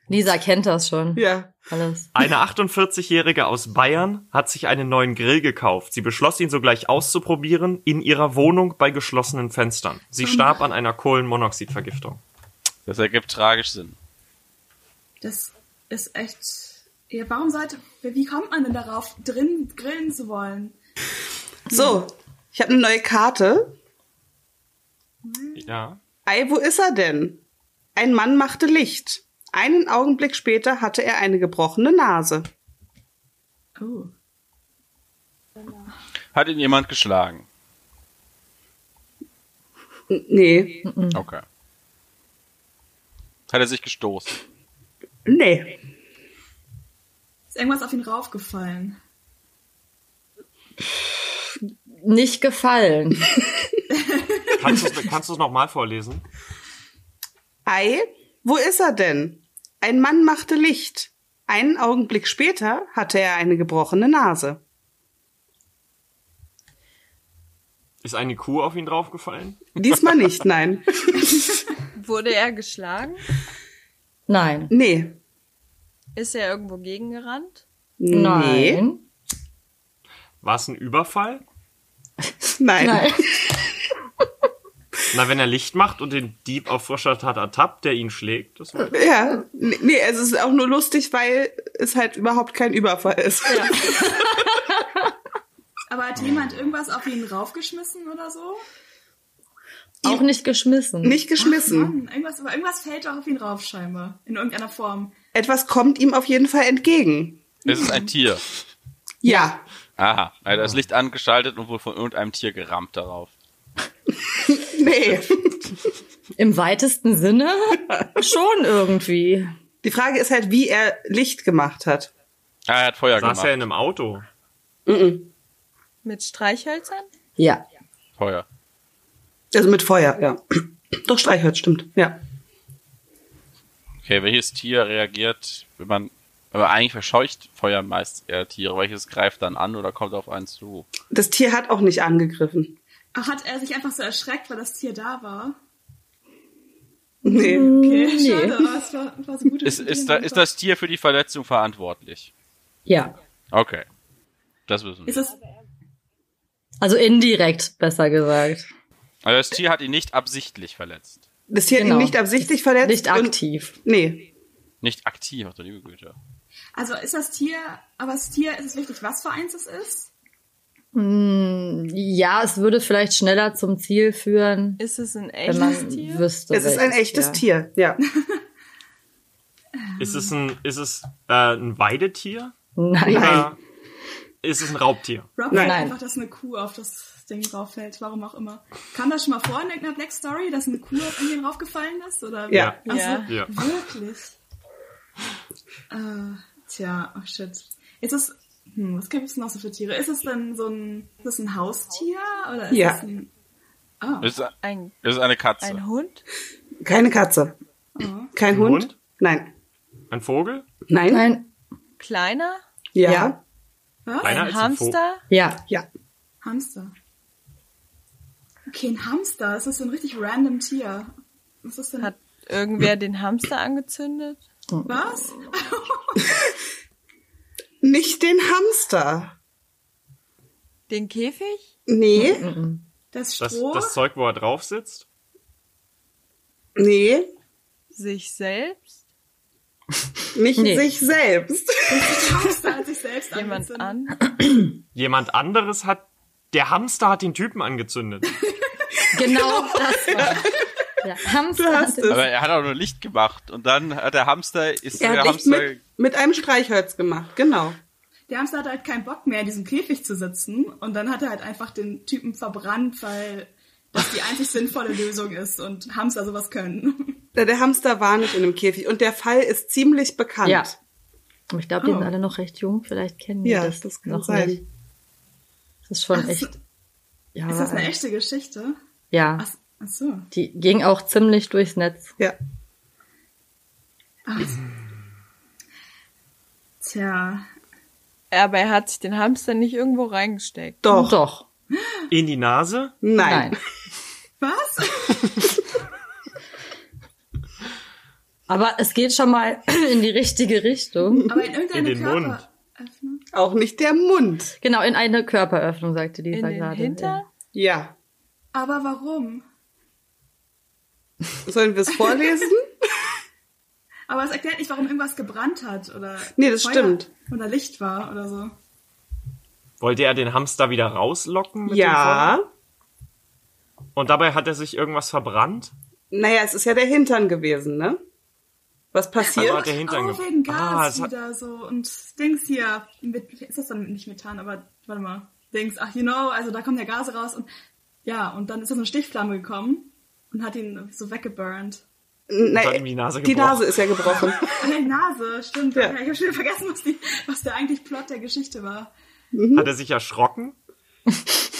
Speaker 3: Lisa kennt das schon.
Speaker 2: Ja.
Speaker 3: Alles.
Speaker 1: Eine 48-Jährige aus Bayern hat sich einen neuen Grill gekauft. Sie beschloss, ihn sogleich auszuprobieren, in ihrer Wohnung bei geschlossenen Fenstern. Sie starb an einer Kohlenmonoxidvergiftung.
Speaker 5: Das ergibt tragisch Sinn.
Speaker 4: Das ist echt, ja, warum sollte, wie kommt man denn darauf, drin grillen zu wollen?
Speaker 2: So, ich habe eine neue Karte.
Speaker 1: Ja.
Speaker 2: Ei, wo ist er denn? Ein Mann machte Licht. Einen Augenblick später hatte er eine gebrochene Nase.
Speaker 4: Oh.
Speaker 5: Hat ihn jemand geschlagen?
Speaker 2: N- Nee.
Speaker 5: Okay. Hat er sich gestoßen?
Speaker 2: Nee.
Speaker 4: Ist irgendwas auf ihn raufgefallen?
Speaker 3: Nicht gefallen.
Speaker 1: Kannst du kannst du's nochmal vorlesen?
Speaker 2: Ei, wo ist er denn? Ein Mann machte Licht. Einen Augenblick später hatte er eine gebrochene Nase.
Speaker 1: Ist eine Kuh auf ihn draufgefallen?
Speaker 2: Diesmal nicht, nein.
Speaker 6: Wurde er geschlagen?
Speaker 3: Nein.
Speaker 2: Nee.
Speaker 6: Ist er irgendwo gegengerannt?
Speaker 2: Nee.
Speaker 3: Nein.
Speaker 1: War es ein Überfall?
Speaker 2: Nein. [laughs]
Speaker 3: Nein.
Speaker 1: Na, wenn er Licht macht und den Dieb auf frischer Tat ertappt, der ihn schlägt, das war
Speaker 2: Ja, nee, nee, also es ist auch nur lustig, weil es halt überhaupt kein Überfall ist.
Speaker 4: Aber hat jemand irgendwas auf ihn raufgeschmissen oder so?
Speaker 3: Auch nicht geschmissen.
Speaker 2: [laughs] Nicht geschmissen.
Speaker 4: Mann, irgendwas, aber irgendwas fällt doch auf ihn rauf scheinbar. In irgendeiner Form.
Speaker 2: Etwas kommt ihm auf jeden Fall entgegen.
Speaker 5: Es ist ein Tier.
Speaker 2: Ja.
Speaker 5: Aha. Also das Licht angeschaltet und wurde von irgendeinem Tier gerammt darauf.
Speaker 2: Nee. [laughs]
Speaker 3: Im weitesten Sinne schon irgendwie.
Speaker 2: Die Frage ist halt, wie er Licht gemacht hat.
Speaker 5: Ah, er hat Feuer
Speaker 1: saß
Speaker 5: gemacht.
Speaker 1: er in einem Auto.
Speaker 6: Mit Streichhölzern?
Speaker 3: Ja.
Speaker 5: Feuer.
Speaker 2: Also mit Feuer, ja. [clears throat] Doch Streichholz, stimmt. Ja.
Speaker 5: Okay, welches Tier reagiert, wenn man. Aber eigentlich verscheucht Feuer meist eher Tiere. Welches greift dann an oder kommt auf einen zu?
Speaker 2: Das Tier hat auch nicht angegriffen.
Speaker 4: Ach, hat er sich einfach so erschreckt, weil das Tier da war?
Speaker 2: Nee.
Speaker 3: Mhm.
Speaker 4: Okay, schade, aber es war, war so gut.
Speaker 5: Ist, ist, da, ist das Tier für die Verletzung verantwortlich?
Speaker 3: Ja.
Speaker 5: Okay. Das wissen wir.
Speaker 4: Ist das,
Speaker 3: Also indirekt, besser gesagt.
Speaker 5: Also das Tier hat ihn nicht absichtlich verletzt.
Speaker 2: Das Tier
Speaker 3: Genau.
Speaker 2: hat ihn nicht absichtlich verletzt.
Speaker 3: Nicht
Speaker 2: und-
Speaker 3: aktiv.
Speaker 2: Nee.
Speaker 5: Nicht aktiv, ach du liebe Güte.
Speaker 4: also ist das Tier, aber das Tier, ist es wichtig, was für eins es ist?
Speaker 3: Ja, es würde vielleicht schneller zum Ziel führen,
Speaker 6: Ist es ein
Speaker 3: wenn man
Speaker 6: echtes Tier?
Speaker 3: wüsste.
Speaker 2: es ist ein
Speaker 3: welches
Speaker 2: echtes
Speaker 3: Tier.
Speaker 2: Tier,
Speaker 3: [laughs]
Speaker 2: ja.
Speaker 1: Ist es ein, ist es, äh, ein Weidetier?
Speaker 3: Nein.
Speaker 1: Oder ist es ein Raubtier?
Speaker 2: Nein.
Speaker 4: Rob Nein.
Speaker 3: Nein.
Speaker 4: einfach, dass eine Kuh auf das Ding rauffällt, warum auch immer. Kam das schon mal vor in irgendeiner Black Story, dass eine Kuh auf irgendwen raufgefallen ist? Oder
Speaker 2: Ja.
Speaker 4: Ach so,
Speaker 6: Ja.
Speaker 1: Ja.
Speaker 4: Wirklich? Äh, tja, oh shit. Ist es, hm, was gibt es noch so für Tiere? Ist es denn so ein, ist es ein Haustier? Oder ist
Speaker 2: Ja.
Speaker 4: es ein,
Speaker 5: Das ist,
Speaker 6: Ein,
Speaker 5: das ist eine Katze.
Speaker 6: ein Hund?
Speaker 2: Keine Katze. Kein
Speaker 1: Ein
Speaker 2: Hund?
Speaker 1: Hund?
Speaker 2: Nein.
Speaker 1: Ein Vogel?
Speaker 2: Nein?
Speaker 3: Mhm. Nein.
Speaker 6: Kleiner?
Speaker 2: Ja.
Speaker 3: Ja.
Speaker 4: was?
Speaker 1: Einer
Speaker 6: Ein
Speaker 1: ist ein Vogel.
Speaker 6: Hamster?
Speaker 2: [laughs]
Speaker 3: Ja.
Speaker 2: Ja.
Speaker 4: Hamster. Okay, ein Hamster. Das ist so ein richtig random Tier. Was ist denn?
Speaker 6: Hat irgendwer den Hamster angezündet?
Speaker 4: was?
Speaker 2: Nicht den Hamster.
Speaker 6: Den Käfig?
Speaker 2: Nee.
Speaker 3: Mhm.
Speaker 4: Das
Speaker 1: Das,
Speaker 4: Stroh?
Speaker 1: das Zeug, wo er drauf sitzt?
Speaker 2: Nee.
Speaker 6: Sich selbst?
Speaker 2: Nicht
Speaker 3: Nee.
Speaker 1: [laughs]
Speaker 2: sich selbst.
Speaker 4: Der Hamster [laughs] hat sich selbst
Speaker 6: [laughs] Jemand
Speaker 4: angezündet.
Speaker 6: an?
Speaker 1: Jemand anderes hat, der Hamster hat den Typen
Speaker 4: [laughs]
Speaker 1: angezündet.
Speaker 3: Genau das war. Ja. Hamster
Speaker 2: hast
Speaker 3: hatte-
Speaker 2: es.
Speaker 5: Aber er hat auch nur Licht gemacht und dann hat der Hamster, ist
Speaker 2: Er
Speaker 5: der
Speaker 2: hat Licht
Speaker 5: Hamster,
Speaker 2: mit, mit einem Streichholz gemacht, genau.
Speaker 4: Der Hamster hat halt keinen Bock mehr, in diesem Käfig zu sitzen. Und dann hat er halt einfach den Typen verbrannt, weil das die einzig sinnvolle Lösung ist und Hamster sowas können. [laughs]
Speaker 2: Der, der Hamster war nicht in dem Käfig und der Fall ist ziemlich bekannt.
Speaker 3: Ja. Aber ich glaube, die sind
Speaker 4: Oh.
Speaker 3: alle noch recht jung. Vielleicht kennen die
Speaker 2: Ja,
Speaker 3: das,
Speaker 2: das kann
Speaker 3: noch
Speaker 2: sein.
Speaker 3: nicht. Das ist schon
Speaker 4: Ach so.
Speaker 3: echt. Ja,
Speaker 4: Ist das eine echte Geschichte?
Speaker 3: ja.
Speaker 4: Ach, ach so.
Speaker 3: Die ging auch ziemlich durchs Netz.
Speaker 2: Ja.
Speaker 4: Tja.
Speaker 6: Aber er hat sich den Hamster nicht irgendwo reingesteckt.
Speaker 2: Doch.
Speaker 3: Doch.
Speaker 1: In die Nase?
Speaker 2: Nein.
Speaker 3: Nein.
Speaker 4: Was?
Speaker 3: Aber es geht schon mal [clears throat] in die richtige Richtung.
Speaker 4: Aber in irgendeine
Speaker 1: In den Mund.
Speaker 4: Körperöffnung?
Speaker 2: Auch nicht der Mund.
Speaker 3: Genau, in eine Körperöffnung, sagte Lisa
Speaker 6: In den
Speaker 3: gerade.
Speaker 6: Hintern?
Speaker 2: Ja.
Speaker 4: Aber warum?
Speaker 2: Sollen
Speaker 3: [laughs]
Speaker 2: wir es vorlesen?
Speaker 4: Aber es erklärt nicht, warum irgendwas gebrannt hat oder
Speaker 2: Nee, das stimmt.
Speaker 4: oder Licht war oder so.
Speaker 1: Wollte er den Hamster wieder rauslocken? Mit Dem
Speaker 2: ja.
Speaker 1: Feuer? Und dabei hat er sich irgendwas verbrannt?
Speaker 2: Naja, es ist ja der Hintern gewesen, ne? Was
Speaker 1: Also
Speaker 2: passiert?
Speaker 1: hat der Hintern
Speaker 4: Oh,
Speaker 1: ge-
Speaker 4: wegen
Speaker 1: Ah, es
Speaker 4: Gas
Speaker 1: hat,
Speaker 4: wieder so und Dings hier mit, ist das dann nicht Methan, aber warte mal, Dings, ach you know, also da kommt ja Gas raus und ja, und dann ist da so eine Stichflamme gekommen und hat ihn so weggeburnt.
Speaker 2: Na,
Speaker 1: hat ihm die Nase
Speaker 2: die
Speaker 1: gebrochen.
Speaker 2: Nase ist ja gebrochen.
Speaker 4: An der Nase, stimmt.
Speaker 2: Ja.
Speaker 4: Ja. Ich habe schon wieder vergessen, was, die, was der eigentlich Plot der Geschichte war. Mhm.
Speaker 1: hat er sich erschrocken?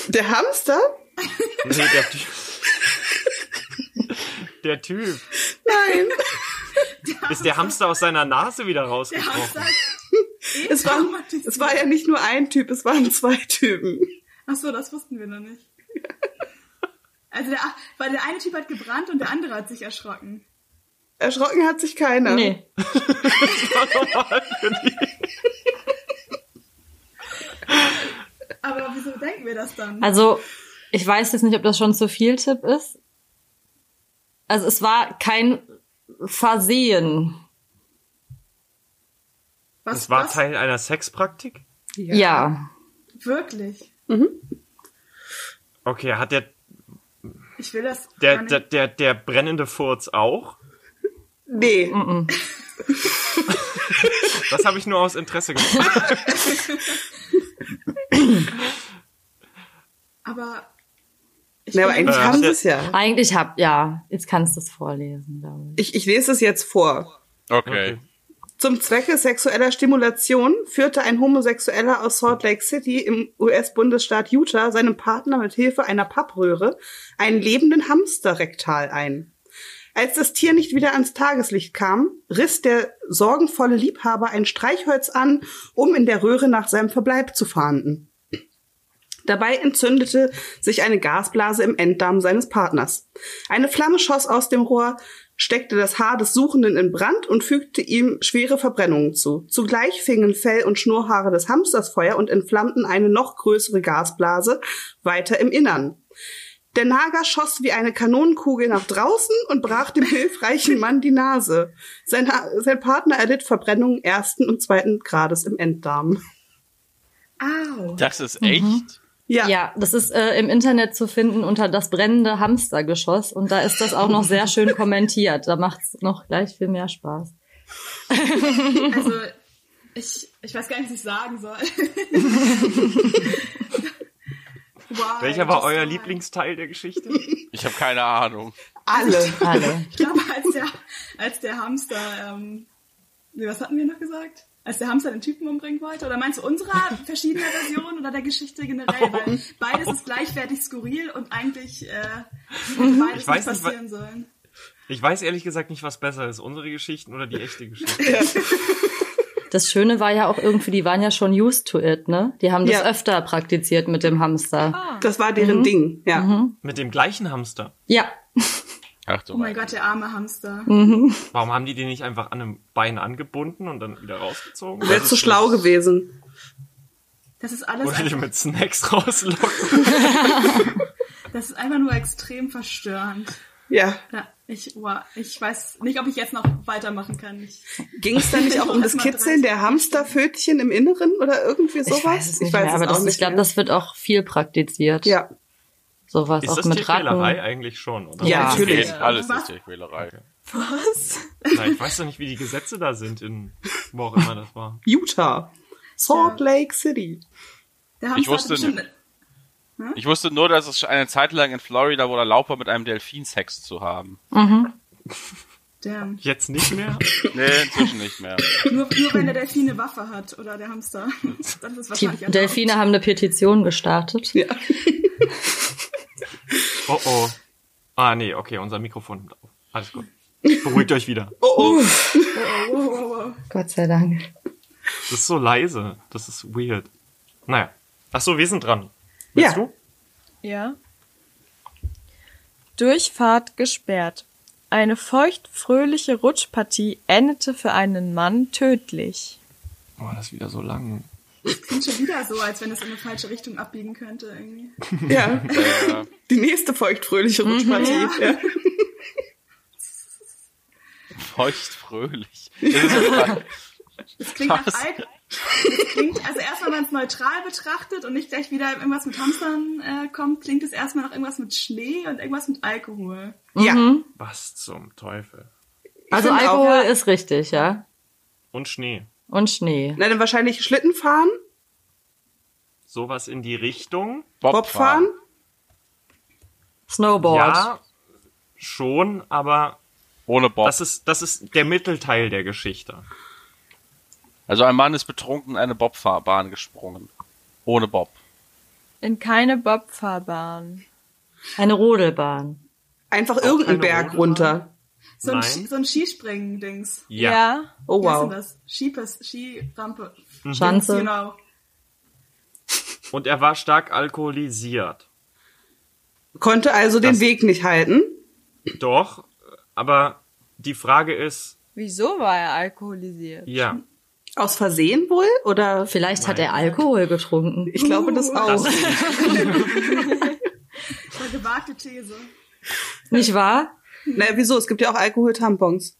Speaker 2: der Hamster?
Speaker 1: Nee, der
Speaker 4: [laughs]
Speaker 1: Typ. der Typ.
Speaker 2: Nein.
Speaker 1: Ist der Hamster aus seiner Nase wieder
Speaker 4: Der Hamster.
Speaker 1: rausgebrochen? [laughs]
Speaker 2: Es war,
Speaker 4: traumatisiert.
Speaker 2: es war ja nicht nur ein Typ, es waren zwei Typen.
Speaker 4: Ach so, das wussten wir noch nicht. Also der, weil der eine Typ hat gebrannt und der andere hat sich erschrocken.
Speaker 2: Erschrocken hat sich keiner.
Speaker 3: Nee.
Speaker 4: Aber Aber wieso denken wir das dann?
Speaker 3: Also, ich weiß jetzt nicht, ob das schon zu viel Tipp ist. Also, es war kein Versehen.
Speaker 4: was,
Speaker 1: Es war
Speaker 4: was?
Speaker 1: Teil einer Sexpraktik?
Speaker 3: Ja.
Speaker 4: Wirklich.
Speaker 1: Okay, hat der,
Speaker 4: Ich will das.
Speaker 1: der,
Speaker 4: gar nicht-
Speaker 1: der, der, der brennende Furz auch?
Speaker 2: Nee.
Speaker 1: Das habe ich nur aus
Speaker 4: [laughs]
Speaker 1: Interesse gemacht.
Speaker 4: aber ich
Speaker 2: Na, aber
Speaker 4: bin-
Speaker 2: eigentlich
Speaker 1: Äh,
Speaker 2: haben sie
Speaker 1: der-
Speaker 2: es ja.
Speaker 3: Eigentlich hab, ja. Jetzt kannst du es vorlesen, glaube ich.
Speaker 2: Ich, ich lese es jetzt vor.
Speaker 5: Okay.
Speaker 2: Zum Zwecke sexueller Stimulation führte ein Homosexueller aus Salt Lake City im US-Bundesstaat Utah seinem Partner mit Hilfe einer Pappröhre einen lebenden Hamsterrektal ein. Als das Tier nicht wieder ans Tageslicht kam, riss der sorgenvolle Liebhaber ein Streichholz an, um in der Röhre nach seinem Verbleib zu fahnden. Dabei entzündete sich eine Gasblase im Enddarm seines Partners. Eine Flamme schoss aus dem Rohr, steckte das Haar des Suchenden in Brand und fügte ihm schwere Verbrennungen zu. Zugleich fingen Fell und Schnurrhaare des Hamsters Feuer und entflammten eine noch größere Gasblase weiter im Innern. Der Nager schoss wie eine Kanonenkugel nach draußen und brach dem hilfreichen Mann die Nase. Sein, ha sein Partner erlitt Verbrennungen ersten und zweiten Grades im Enddarm.
Speaker 4: Au.
Speaker 5: Das
Speaker 2: Mhm.
Speaker 5: ist echt.
Speaker 2: Ja,
Speaker 3: Ja, das ist äh, im Internet zu finden unter das brennende Hamstergeschoss und da ist das auch noch sehr schön kommentiert. Da macht's noch gleich viel mehr Spaß.
Speaker 4: Also, ich, ich weiß gar nicht, was ich sagen
Speaker 1: [laughs]
Speaker 4: soll. wow,
Speaker 1: Welcher war
Speaker 4: das
Speaker 1: euer Lieblingsteil der Geschichte?
Speaker 5: Ich habe keine Ahnung.
Speaker 2: alle.
Speaker 3: Alle.
Speaker 4: Ich glaube, als der, als der Hamster, ähm, nee, was hatten wir noch gesagt? Als der Hamster den Typen umbringen wollte? Oder meinst du unserer verschiedener Version oder der Geschichte generell? Weil beides ist gleichwertig skurril und eigentlich äh, hätte beides
Speaker 1: weiß
Speaker 4: nicht
Speaker 1: nicht,
Speaker 4: passieren sollen.
Speaker 1: Ich weiß ehrlich gesagt nicht, was besser ist, unsere Geschichten oder die echte Geschichte.
Speaker 3: Das Schöne war ja auch irgendwie, die waren ja schon used to it, ne? Die haben das
Speaker 2: Ja.
Speaker 3: öfter praktiziert mit dem Hamster.
Speaker 2: Das war deren
Speaker 3: Mhm.
Speaker 2: Ding, ja.
Speaker 1: Mit dem gleichen Hamster.
Speaker 3: Ja,
Speaker 5: Ach du
Speaker 4: Oh mein Gott, der arme Hamster.
Speaker 2: Hm.
Speaker 1: Warum haben die den nicht einfach an einem Bein angebunden und dann wieder rausgezogen?
Speaker 2: Wäre zu schlau gewesen.
Speaker 4: Das ist alles
Speaker 1: Oder die
Speaker 4: einfach,
Speaker 1: mit Snacks rauslocken?
Speaker 4: das ist einfach nur extrem verstörend.
Speaker 2: Ja.
Speaker 4: Ja, ich, wow, ich weiß nicht, ob ich jetzt noch weitermachen kann. Ich,
Speaker 2: Ging es da nicht auch um das
Speaker 4: Erstmal
Speaker 2: Kitzeln
Speaker 4: 30.
Speaker 2: der Hamsterfötchen im Inneren oder irgendwie sowas?
Speaker 3: ich weiß es nicht mehr, aber das, ich glaube,
Speaker 2: mehr.
Speaker 3: das wird auch viel praktiziert.
Speaker 2: Ja.
Speaker 3: Sowas
Speaker 1: Ist
Speaker 3: auch
Speaker 1: das
Speaker 3: mit
Speaker 1: Tierquälerei
Speaker 3: Ratten.
Speaker 1: eigentlich schon, oder?
Speaker 2: Ja,
Speaker 3: Ja.
Speaker 2: natürlich.
Speaker 5: Geht, alles ist Tierquälerei.
Speaker 1: Nein, ich weiß doch nicht, wie die Gesetze da sind in wo auch immer das war.
Speaker 2: Utah. Salt Lake City.
Speaker 4: der Hamster
Speaker 5: wusste
Speaker 4: hatte bestimmt,
Speaker 5: nicht. Ich wusste nur, dass es eine Zeit lang in Florida wohl erlaubt war, mit einem Delfin Sex zu haben.
Speaker 4: damn.
Speaker 1: Jetzt nicht mehr?
Speaker 5: Nee, inzwischen
Speaker 2: [laughs]
Speaker 5: nicht mehr.
Speaker 4: Nur, nur wenn der Delfin eine Waffe hat oder der Hamster. Das
Speaker 3: Die
Speaker 4: ist wahrscheinlich erlaubt.
Speaker 3: Delfine haben eine Petition gestartet.
Speaker 2: Ja.
Speaker 1: Oh oh. Ah nee, okay, unser Mikrofon nimmt auf. Alles gut. Beruhigt euch wieder.
Speaker 2: Oh, oh.
Speaker 4: Wow, wow, wow.
Speaker 3: Gott sei Dank.
Speaker 1: Das ist so leise. Das ist weird. Naja. Ach so, wir sind dran. Willst
Speaker 2: Ja.
Speaker 1: du?
Speaker 6: Ja. Durchfahrt gesperrt. Eine feuchtfröhliche Rutschpartie endete für einen Mann tödlich.
Speaker 1: Boah, das ist wieder so lang.
Speaker 4: Klingt schon wieder so, als wenn es in eine falsche Richtung abbiegen könnte irgendwie.
Speaker 2: Ja. [laughs]
Speaker 5: Äh,
Speaker 2: Die nächste feuchtfröhliche
Speaker 3: Mhm.
Speaker 2: Rutschpartie. Ja.
Speaker 5: feuchtfröhlich. Das ist
Speaker 4: Das klingt nach alt. Das klingt, also erstmal, wenn man es neutral betrachtet und nicht gleich wieder irgendwas mit Hamstern äh, kommt, klingt es erstmal nach irgendwas mit Schnee und irgendwas mit Alkohol.
Speaker 2: ja.
Speaker 3: Mhm.
Speaker 1: Was zum Teufel?
Speaker 3: Hm? Also
Speaker 2: finde auch,
Speaker 3: Alkohol
Speaker 2: ja.
Speaker 3: ist richtig, ja.
Speaker 1: Und Schnee.
Speaker 3: Und Schnee.
Speaker 2: Na, dann wahrscheinlich Schlitten fahren,
Speaker 1: Sowas in die Richtung.
Speaker 2: [laughs] Bob fahren.
Speaker 3: Snowboard.
Speaker 1: Ja, schon, aber
Speaker 5: Ohne Bob.
Speaker 1: das ist, das ist der Mittelteil der Geschichte.
Speaker 5: Also ein Mann ist betrunken in eine Bobbahn gesprungen. Ohne Bob.
Speaker 6: In keine Bobfahrbahn.
Speaker 3: Eine Rodelbahn.
Speaker 2: Einfach irgendeinen
Speaker 1: keine
Speaker 2: Berg
Speaker 1: Rodelbahn.
Speaker 2: runter.
Speaker 4: So ein,
Speaker 1: Nein.
Speaker 4: Ski- so ein Skispringen-Dings.
Speaker 1: Ja.
Speaker 2: Oh
Speaker 4: Wie heißt denn
Speaker 2: wow.
Speaker 4: das? Skipass, Skirampe.
Speaker 3: Schanze.
Speaker 4: Genau.
Speaker 1: Und er war stark alkoholisiert.
Speaker 2: Konnte also den Weg nicht halten.
Speaker 1: Doch, aber die Frage ist,
Speaker 6: Wieso war er alkoholisiert?
Speaker 1: ja,
Speaker 2: Aus Versehen wohl? Oder?
Speaker 3: Vielleicht hat er Alkohol getrunken.
Speaker 2: Ich glaube Uh. das auch.
Speaker 4: Das war eine gewagte These.
Speaker 3: Nicht wahr?
Speaker 2: Na, wieso? Es gibt ja auch Alkoholtampons.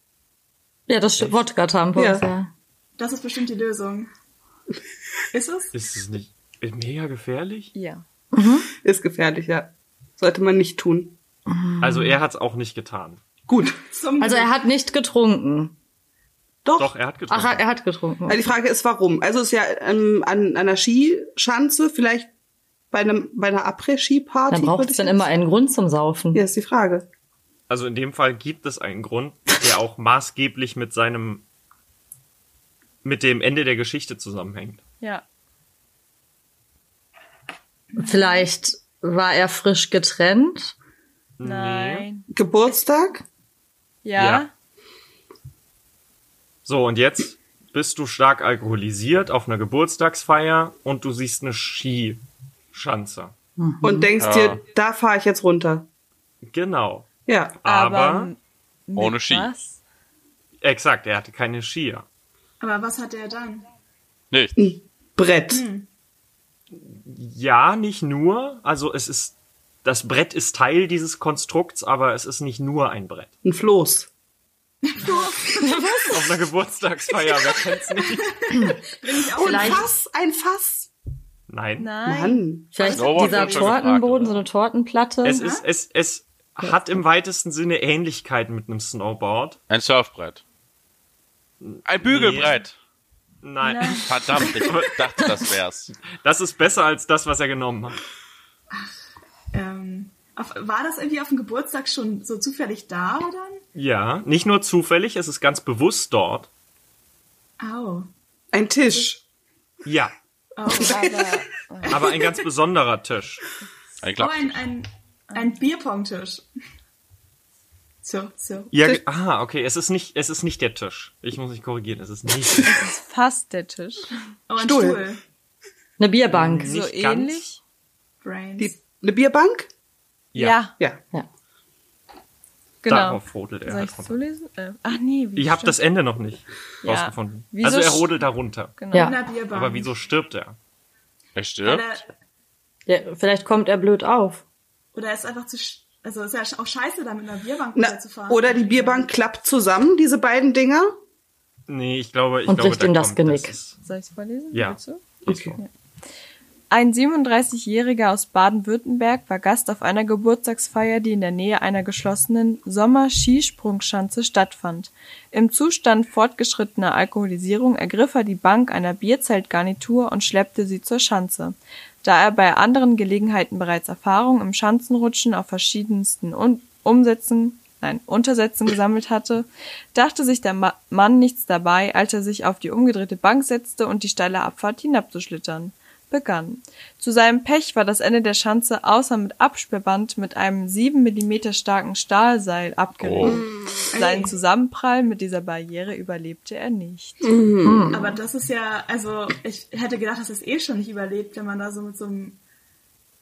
Speaker 3: Ja, das stimmt.
Speaker 2: Ja.
Speaker 3: Wodka-Tampons, ja.
Speaker 4: Das ist bestimmt die Lösung. Ist es?
Speaker 1: Ist es nicht mega gefährlich?
Speaker 6: Ja.
Speaker 2: Ist gefährlich, ja. Sollte man nicht tun.
Speaker 1: Also er hat es auch nicht getan.
Speaker 2: Gut.
Speaker 4: Zum
Speaker 3: Also er hat nicht getrunken.
Speaker 2: Doch.
Speaker 1: Doch, er hat getan.
Speaker 3: Ach, er hat getrunken.
Speaker 2: Also die Frage ist, warum? Also ist ja ähm, an einer Skischanze vielleicht bei einem bei einer Après-Ski-Party.
Speaker 3: Dann braucht
Speaker 2: würde
Speaker 3: es
Speaker 2: ich
Speaker 3: dann
Speaker 2: jetzt-
Speaker 3: immer einen Grund zum Saufen.
Speaker 2: Ja, ist die Frage.
Speaker 1: Also in dem Fall gibt es einen Grund, der auch maßgeblich mit seinem mit dem Ende der Geschichte zusammenhängt.
Speaker 6: Ja.
Speaker 3: Vielleicht war er frisch getrennt.
Speaker 6: Nein.
Speaker 2: Geburtstag?
Speaker 6: Ja.
Speaker 1: Ja. So, und jetzt bist du stark alkoholisiert auf einer Geburtstagsfeier und du siehst eine Skischanze.
Speaker 2: Und denkst
Speaker 5: Ja.
Speaker 2: dir, da fahre ich jetzt runter.
Speaker 1: Genau.
Speaker 2: Ja.
Speaker 1: Aber,
Speaker 6: mit
Speaker 5: ohne Ski.
Speaker 6: Was?
Speaker 1: exakt, er hatte keine Skier.
Speaker 4: Aber was hat er dann?
Speaker 5: Nicht.
Speaker 2: Brett.
Speaker 1: Ja, nicht nur. Also es ist das Brett ist Teil dieses Konstrukts, aber es ist nicht nur ein Brett.
Speaker 2: Ein Floß.
Speaker 1: Auf einer Geburtstagsfeier, wer kennt's nicht?
Speaker 3: Vielleicht,
Speaker 2: Fass, ein Fass.
Speaker 1: Nein.
Speaker 6: Nein.
Speaker 2: Mann.
Speaker 3: vielleicht
Speaker 5: No one
Speaker 3: dieser
Speaker 5: hat schon gefragt,
Speaker 3: Tortenboden,
Speaker 5: oder?
Speaker 3: so eine Tortenplatte.
Speaker 1: Es ist es es hat im weitesten Sinne Ähnlichkeiten mit einem Snowboard.
Speaker 5: Ein Surfbrett. Ein Bügelbrett.
Speaker 1: Nein,
Speaker 5: Verdammt, ich dachte, das wär's.
Speaker 1: das ist besser als das, was er genommen hat.
Speaker 4: Ähm, auf, war das irgendwie auf dem Geburtstag schon so zufällig da oder?
Speaker 1: Ja, nicht nur zufällig, es ist ganz bewusst dort.
Speaker 4: Au.
Speaker 2: Ein Tisch.
Speaker 1: Ja,
Speaker 6: Oh, Aber
Speaker 1: [laughs] aber ein ganz besonderer Tisch.
Speaker 5: Ein
Speaker 4: Oh,
Speaker 5: Klapp.
Speaker 4: ein, ein, ein Bierpongtisch. So, so.
Speaker 1: Ja, ge- ah, okay, es ist nicht, es ist nicht der Tisch. Ich muss mich korrigieren, es ist
Speaker 6: [laughs]
Speaker 1: nicht,
Speaker 6: ist fast der Tisch.
Speaker 4: Oh, ein
Speaker 2: Stuhl.
Speaker 4: Stuhl.
Speaker 3: eine Bierbank.
Speaker 5: Hm.
Speaker 1: nicht
Speaker 6: So
Speaker 1: ganz.
Speaker 6: ähnlich?
Speaker 4: Brains.
Speaker 2: Die, eine Bierbank?
Speaker 1: Ja.
Speaker 2: Ja.
Speaker 6: genau.
Speaker 1: Darauf rodelt er
Speaker 6: Soll
Speaker 1: halt
Speaker 6: ich das
Speaker 1: runter.
Speaker 6: zulesen? Äh, ach nee, wie
Speaker 1: Ich habe das
Speaker 6: stimmt.
Speaker 1: Ende noch nicht
Speaker 6: Ja.
Speaker 1: rausgefunden.
Speaker 6: Wieso
Speaker 1: also er
Speaker 6: sch-
Speaker 1: rodelt da runter.
Speaker 6: genau.
Speaker 4: In der
Speaker 3: Ja.
Speaker 4: Bierbank.
Speaker 1: Aber wieso stirbt er?
Speaker 5: Er
Speaker 2: ne?
Speaker 4: Oder,
Speaker 5: stirbt.
Speaker 3: ja. Vielleicht kommt er blöd auf.
Speaker 4: oder er ist einfach zu. sch- Also ist ja auch scheiße, da mit einer Bierbank
Speaker 2: Na,
Speaker 4: runterzufahren.
Speaker 2: oder die Bierbank klappt zusammen, diese beiden Dinger.
Speaker 1: Nee, ich glaube, ich
Speaker 3: Und
Speaker 1: glaube,
Speaker 3: bricht ihm das
Speaker 1: kommt-
Speaker 3: Genick.
Speaker 1: ist-
Speaker 6: Soll ich es vorlesen?
Speaker 1: Ja.
Speaker 6: Willst du?
Speaker 1: Okay.
Speaker 6: Ein 37-Jähriger aus Baden-Württemberg war Gast auf einer Geburtstagsfeier, die in der Nähe einer geschlossenen Sommer-Skisprungschanze stattfand. Im Zustand fortgeschrittener Alkoholisierung ergriff er die Bank einer Bierzeltgarnitur und schleppte sie zur Schanze. Da er bei anderen Gelegenheiten bereits Erfahrung im Schanzenrutschen auf verschiedensten Un Umsätzen nein, Untersätzen gesammelt hatte, dachte sich der Ma Mann nichts dabei, als er sich auf die umgedrehte Bank setzte und die steile Abfahrt hinabzuschlittern begann. Zu seinem Pech war das Ende der Schanze außer mit Absperrband mit einem sieben Millimeter starken Stahlseil abgeriegelt. Seinen Zusammenprall mit dieser Barriere überlebte er nicht.
Speaker 2: Hm.
Speaker 4: Aber das ist ja, also ich hätte gedacht, dass das eh schon nicht überlebt, wenn man da so mit so einem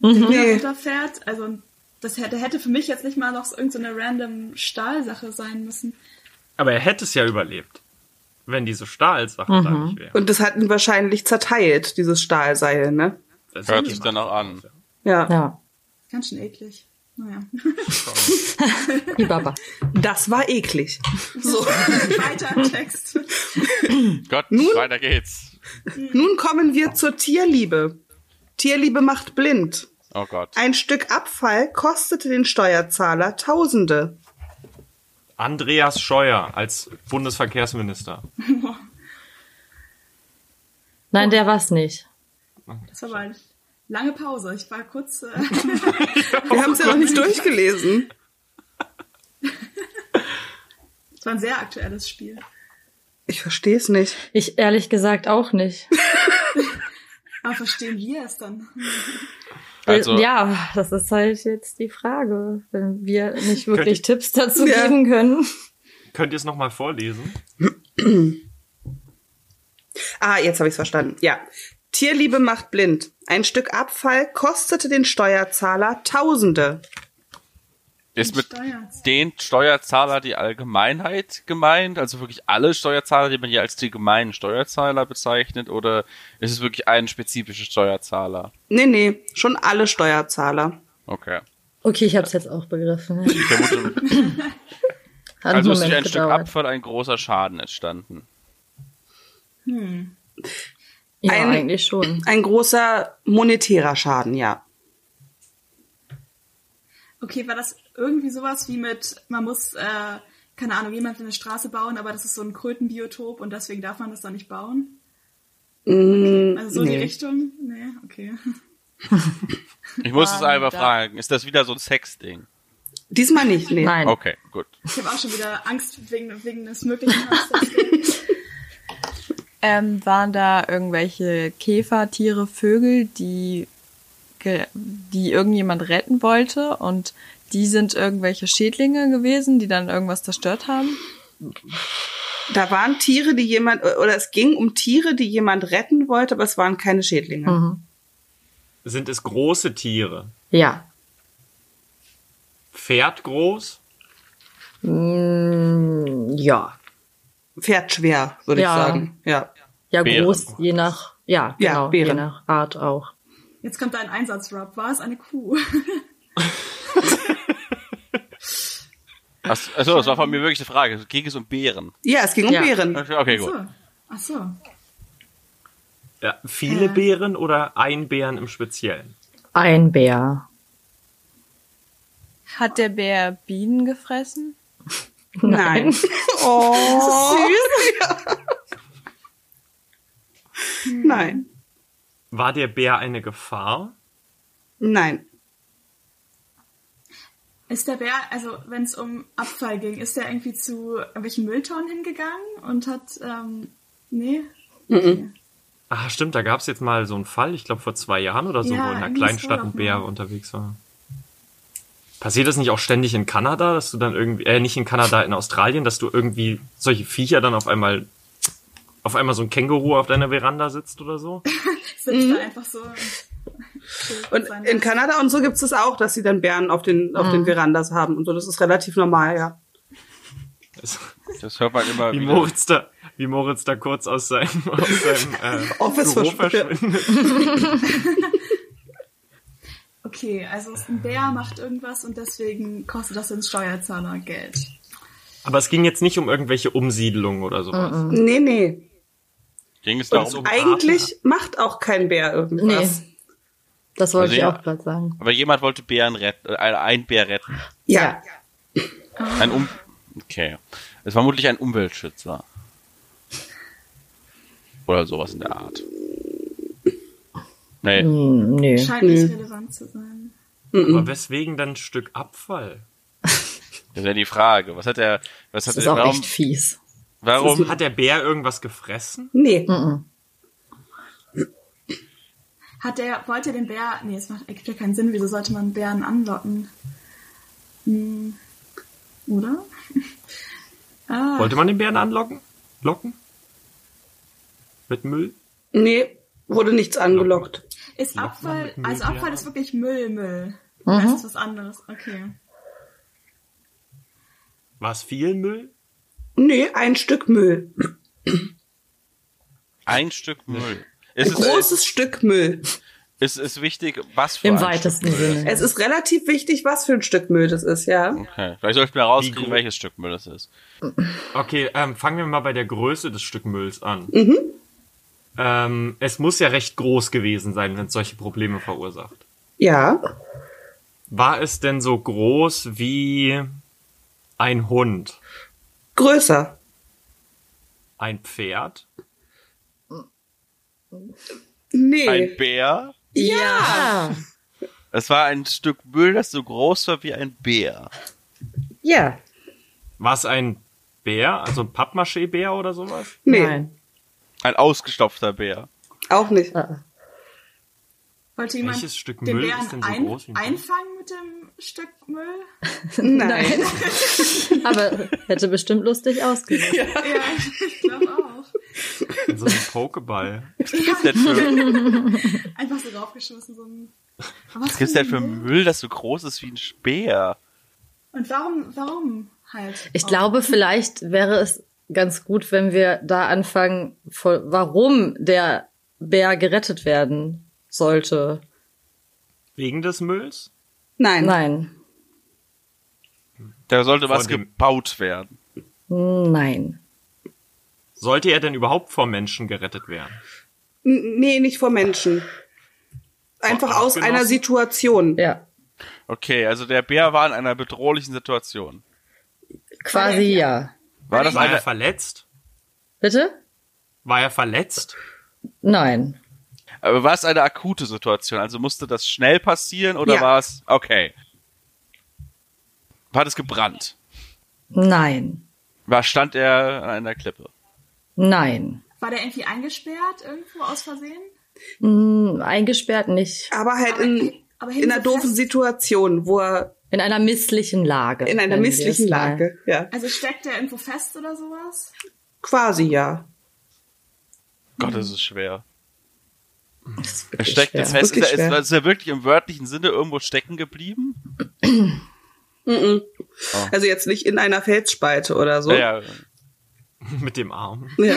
Speaker 4: Ding da
Speaker 2: Mhm. Nee.
Speaker 4: runterfährt. Also das hätte, hätte für mich jetzt nicht mal noch so irgendeine random Stahlsache sein müssen.
Speaker 1: Aber er hätte es ja überlebt, wenn diese Stahlsache da
Speaker 3: Mhm.
Speaker 1: nicht wäre.
Speaker 2: Und das hat ihn wahrscheinlich zerteilt, dieses Stahlseil, ne?
Speaker 1: Das
Speaker 5: Hört
Speaker 1: ist
Speaker 5: sich
Speaker 1: jemand.
Speaker 5: dann auch an.
Speaker 2: Ja.
Speaker 3: Ja.
Speaker 4: Ganz schön eklig. Naja.
Speaker 3: Die Baba.
Speaker 2: Das war
Speaker 4: [laughs]
Speaker 2: eklig. So.
Speaker 4: Weiter im Text.
Speaker 5: Gott, weiter geht's.
Speaker 2: Nun kommen wir zur Tierliebe. Tierliebe macht blind.
Speaker 5: Oh Gott.
Speaker 3: Äh,
Speaker 2: Ein Stück Abfall kostete den Steuerzahler Tausende.
Speaker 1: Andreas Scheuer als Bundesverkehrsminister.
Speaker 3: Nein, der war's nicht.
Speaker 4: Das war eine lange Pause. Ich war kurz. Äh, [laughs]
Speaker 2: Wir haben es ja noch nicht durchgelesen.
Speaker 4: das war ein sehr aktuelles Spiel.
Speaker 2: Ich verstehe es nicht.
Speaker 3: Ich ehrlich gesagt auch nicht.
Speaker 4: Aber verstehen wir es dann?
Speaker 5: Also,
Speaker 3: ja, das ist halt jetzt die Frage. Wenn wir nicht wirklich Tipps dazu
Speaker 2: Ja.
Speaker 3: geben können.
Speaker 1: Könnt ihr es nochmal vorlesen?
Speaker 2: Ah, jetzt habe ich es verstanden. Ja. Tierliebe macht blind. Ein Stück Abfall kostete den Steuerzahler Tausende.
Speaker 5: Ist mit
Speaker 4: Steuerz-
Speaker 5: den Steuerzahler die Allgemeinheit gemeint? Also wirklich alle Steuerzahler, die man hier als die gemeinen Steuerzahler bezeichnet? Oder ist es wirklich ein spezifischer Steuerzahler?
Speaker 2: Nee, nee, schon alle Steuerzahler.
Speaker 5: Okay.
Speaker 3: Okay, ich hab's jetzt auch begriffen.
Speaker 5: Ich
Speaker 3: [laughs]
Speaker 5: vermute,
Speaker 3: Hat
Speaker 5: also
Speaker 3: einen
Speaker 5: ist durch ein
Speaker 3: Moment
Speaker 5: Stück
Speaker 3: gedauert.
Speaker 5: Abfall ein großer Schaden entstanden.
Speaker 3: Ja,
Speaker 2: Ein-
Speaker 3: eigentlich schon.
Speaker 2: Ein großer monetärer Schaden, ja.
Speaker 4: Okay, war das irgendwie sowas wie mit, man muss, äh, keine Ahnung, jemand eine Straße bauen, aber das ist so ein Krötenbiotop und deswegen darf man das da nicht bauen?
Speaker 2: Mm,
Speaker 4: Also so die
Speaker 2: nee.
Speaker 4: Richtung? Nee, okay. [laughs]
Speaker 5: Ich muss es einfach fragen. Ist das wieder so ein Sex-Ding?
Speaker 2: Diesmal nicht, nee.
Speaker 3: Nein.
Speaker 5: Okay, gut.
Speaker 4: Ich habe auch schon wieder Angst wegen, wegen des möglichen Hamsters.
Speaker 2: [laughs]
Speaker 6: Ähm, waren da irgendwelche Käfer, Tiere, Vögel, die, ge- die irgendjemand retten wollte und die sind irgendwelche Schädlinge gewesen, die dann irgendwas zerstört haben?
Speaker 2: Da waren Tiere, die jemand, oder es ging um Tiere, die jemand retten wollte, aber es waren keine Schädlinge.
Speaker 3: Mhm.
Speaker 1: Sind es große Tiere?
Speaker 3: Ja.
Speaker 1: Pferd groß?
Speaker 3: Mm, ja.
Speaker 2: Pferd schwer, würde
Speaker 3: Ja.
Speaker 2: ich sagen. Ja.
Speaker 3: Ja,
Speaker 5: Bären.
Speaker 3: groß, je nach, ja,
Speaker 2: Ja,
Speaker 3: genau, je
Speaker 2: Bären.
Speaker 3: nach Art auch.
Speaker 4: Jetzt kommt dein Einsatz-Rub. War es eine Kuh? [laughs]
Speaker 5: Ach- Achso, das war von mir wirklich eine Frage. Ging es um Bären?
Speaker 2: Ja, es ging um
Speaker 3: Ja.
Speaker 2: Bären.
Speaker 5: Okay,
Speaker 4: Ach
Speaker 5: gut.
Speaker 4: so. Ach so.
Speaker 1: Ja, viele Bären oder ein Bären im Speziellen?
Speaker 3: Ein Bär.
Speaker 6: Hat der Bär Bienen gefressen?
Speaker 3: [laughs]
Speaker 2: Nein. oh. Süß. [laughs] Nein.
Speaker 1: War der Bär eine Gefahr?
Speaker 2: Nein.
Speaker 4: Ist der Bär, also wenn es um Abfall ging, ist der irgendwie zu irgendwelchen Mülltonnen hingegangen und hat, ähm, nee?
Speaker 1: Ah, stimmt, da gab's jetzt mal so einen Fall, ich glaube vor zwei Jahren oder so,
Speaker 4: Ja,
Speaker 1: wo in einer
Speaker 4: irgendwie
Speaker 1: kleinen
Speaker 4: so
Speaker 1: Stadt
Speaker 4: doch
Speaker 1: ein
Speaker 4: mal.
Speaker 1: Bär unterwegs war. Passiert das nicht auch ständig in Kanada, dass du dann irgendwie, äh, nicht in Kanada, in Australien, dass du irgendwie solche Viecher dann auf einmal, auf einmal so ein Känguru auf deiner Veranda sitzt oder so?
Speaker 4: Sitzt da einfach so.
Speaker 2: Mhm. Und in Kanada und so gibt's das auch, dass sie dann Bären auf den, auf
Speaker 3: Hm.
Speaker 2: den Verandas haben und so. Das ist relativ normal, ja.
Speaker 1: Das,
Speaker 5: Das hört man immer
Speaker 1: wie,
Speaker 5: wieder.
Speaker 1: Moritz da, wie Moritz da kurz aus seinem, aus seinem äh,
Speaker 2: Office
Speaker 1: Büro
Speaker 2: verschwindet.
Speaker 1: verschwindet.
Speaker 4: Okay, also es- ein Bär macht irgendwas und deswegen kostet das den Steuerzahler Geld.
Speaker 1: Aber es ging jetzt nicht um irgendwelche Umsiedelungen oder sowas.
Speaker 2: Nee, nee.
Speaker 5: Ging es darum,
Speaker 1: Und-
Speaker 2: Eigentlich macht auch kein Bär irgendwas.
Speaker 3: Nee. Das wollte
Speaker 5: Also
Speaker 3: ich
Speaker 5: ja.
Speaker 3: auch gerade sagen.
Speaker 5: aber jemand wollte Bären retten, äh, ein Bär retten.
Speaker 2: Ja.
Speaker 5: Ein um okay. Es war vermutlich ein Umweltschützer. Oder sowas in der Art. Nee,
Speaker 3: Hm, nö.
Speaker 4: Scheint nicht relevant zu sein.
Speaker 1: Aber weswegen dann ein Stück Abfall?
Speaker 5: das ist ja die Frage. Was hat der, was hat
Speaker 3: Das ist
Speaker 5: der,
Speaker 3: auch
Speaker 5: warum,
Speaker 3: echt fies.
Speaker 5: warum,
Speaker 1: Hat der Bär irgendwas gefressen?
Speaker 2: Nee.
Speaker 4: Hat der, wollte den Bär, nee, es macht, ergibt ja keinen Sinn, wieso sollte man Bären anlocken? Hm, oder? ah,
Speaker 1: Wollte man den Bären anlocken? Locken? Mit Müll?
Speaker 2: Nee. Wurde nichts angelockt.
Speaker 4: ist Abfall,
Speaker 1: mit Müll,
Speaker 4: also Abfall
Speaker 1: ja.
Speaker 4: ist wirklich Müll, Müll. Das ist was anderes, okay.
Speaker 1: War es viel Müll?
Speaker 2: Nee, ein Stück Müll.
Speaker 5: ein Stück Müll? Ist es,
Speaker 2: Großes Stück Müll.
Speaker 5: ist es wichtig, was für
Speaker 3: Im
Speaker 5: ein
Speaker 3: weitesten Sinne.
Speaker 2: Es ist relativ wichtig, was für ein Stück Müll das ist, ja.
Speaker 5: Stück? Okay. Vielleicht sollten wir rauskriegen,
Speaker 1: groß?
Speaker 5: welches Stück Müll das ist.
Speaker 1: Okay, ähm, fangen wir mal bei der Größe des Stück Mülls an. Ähm, es muss ja recht groß gewesen sein, wenn es solche Probleme verursacht.
Speaker 2: Ja.
Speaker 1: War es denn so groß wie ein Hund,
Speaker 2: Größer.
Speaker 1: ein Pferd?
Speaker 2: Nee.
Speaker 5: Ein Bär?
Speaker 2: ja.
Speaker 3: Ah,
Speaker 5: Es war ein Stück Müll, das so groß war wie ein Bär.
Speaker 2: Ja.
Speaker 1: War es ein Bär, also ein Pappmaché-Bär oder sowas?
Speaker 2: Nee.
Speaker 3: nein. Äh,
Speaker 5: Ein ausgestopfter Bär.
Speaker 2: Auch
Speaker 3: [laughs]
Speaker 2: nicht.
Speaker 4: Wollte jemand
Speaker 1: Welches Stück
Speaker 4: den
Speaker 1: Müll
Speaker 4: Bären
Speaker 1: ist denn so
Speaker 4: ein,
Speaker 1: groß wie ein Bär?
Speaker 4: einfangen mit dem Stück Müll?
Speaker 2: Nein.
Speaker 3: Aber hätte bestimmt lustig ausgesehen.
Speaker 4: Ja, [laughs] ich glaube auch.
Speaker 1: So ein Pokeball.
Speaker 5: Was gibt's
Speaker 2: [laughs]
Speaker 5: denn für,
Speaker 4: Einfach so draufgeschmissen, so ein. Aber
Speaker 5: was gibt's denn für Müll, das so groß ist wie ein Bär?
Speaker 4: Und warum, warum halt?
Speaker 3: Ich
Speaker 2: Oh.
Speaker 4: auch?
Speaker 3: glaube, vielleicht wäre es ganz gut, wenn wir da anfangen, voll- warum der Bär gerettet werden sollte.
Speaker 1: Wegen des Mülls?
Speaker 2: Nein.
Speaker 3: Nein,
Speaker 5: Da sollte was
Speaker 1: Von dem-
Speaker 5: gebaut werden.
Speaker 3: nein.
Speaker 1: Sollte er denn überhaupt vor Menschen gerettet werden?
Speaker 2: N- Nee, nicht vor Menschen. Einfach
Speaker 1: Vor
Speaker 2: aus
Speaker 1: Artgenossen?
Speaker 2: einer Situation.
Speaker 3: Ja,
Speaker 5: Okay, also der Bär war in einer bedrohlichen Situation.
Speaker 3: quasi ja.
Speaker 5: War das
Speaker 1: War
Speaker 5: eine,
Speaker 1: er verletzt?
Speaker 3: Bitte?
Speaker 1: War er verletzt? [laughs]
Speaker 3: Nein.
Speaker 5: aber war es eine akute Situation? Also musste das schnell passieren oder
Speaker 2: Ja.
Speaker 5: war es okay? Hat es gebrannt?
Speaker 3: Nein.
Speaker 5: War stand er an einer Klippe?
Speaker 3: Nein.
Speaker 4: War der irgendwie eingesperrt irgendwo aus Versehen?
Speaker 3: Hm, Eingesperrt nicht.
Speaker 2: Aber halt
Speaker 4: Aber-
Speaker 2: in,
Speaker 4: aber hin
Speaker 2: in
Speaker 4: so
Speaker 2: einer doofen
Speaker 4: fest-
Speaker 2: Situation, wo er
Speaker 3: In einer misslichen Lage.
Speaker 2: in einer
Speaker 3: nennen wir
Speaker 2: misslichen
Speaker 3: es mal.
Speaker 2: Lage. Ja.
Speaker 4: Also steckt der irgendwo fest oder sowas?
Speaker 2: Quasi ja.
Speaker 5: Gott, das ist schwer.
Speaker 3: Das ist
Speaker 5: Er
Speaker 3: wirklich
Speaker 5: steckte
Speaker 3: schwer.
Speaker 5: fest.
Speaker 2: Wirklich
Speaker 5: Ist er,
Speaker 2: schwer.
Speaker 5: ist, ist er wirklich im wörtlichen Sinne irgendwo stecken geblieben?
Speaker 2: Also jetzt nicht in einer Felsspalte oder so.
Speaker 5: Oh. Ja, ja.
Speaker 1: Mit dem Arm.
Speaker 2: Ja.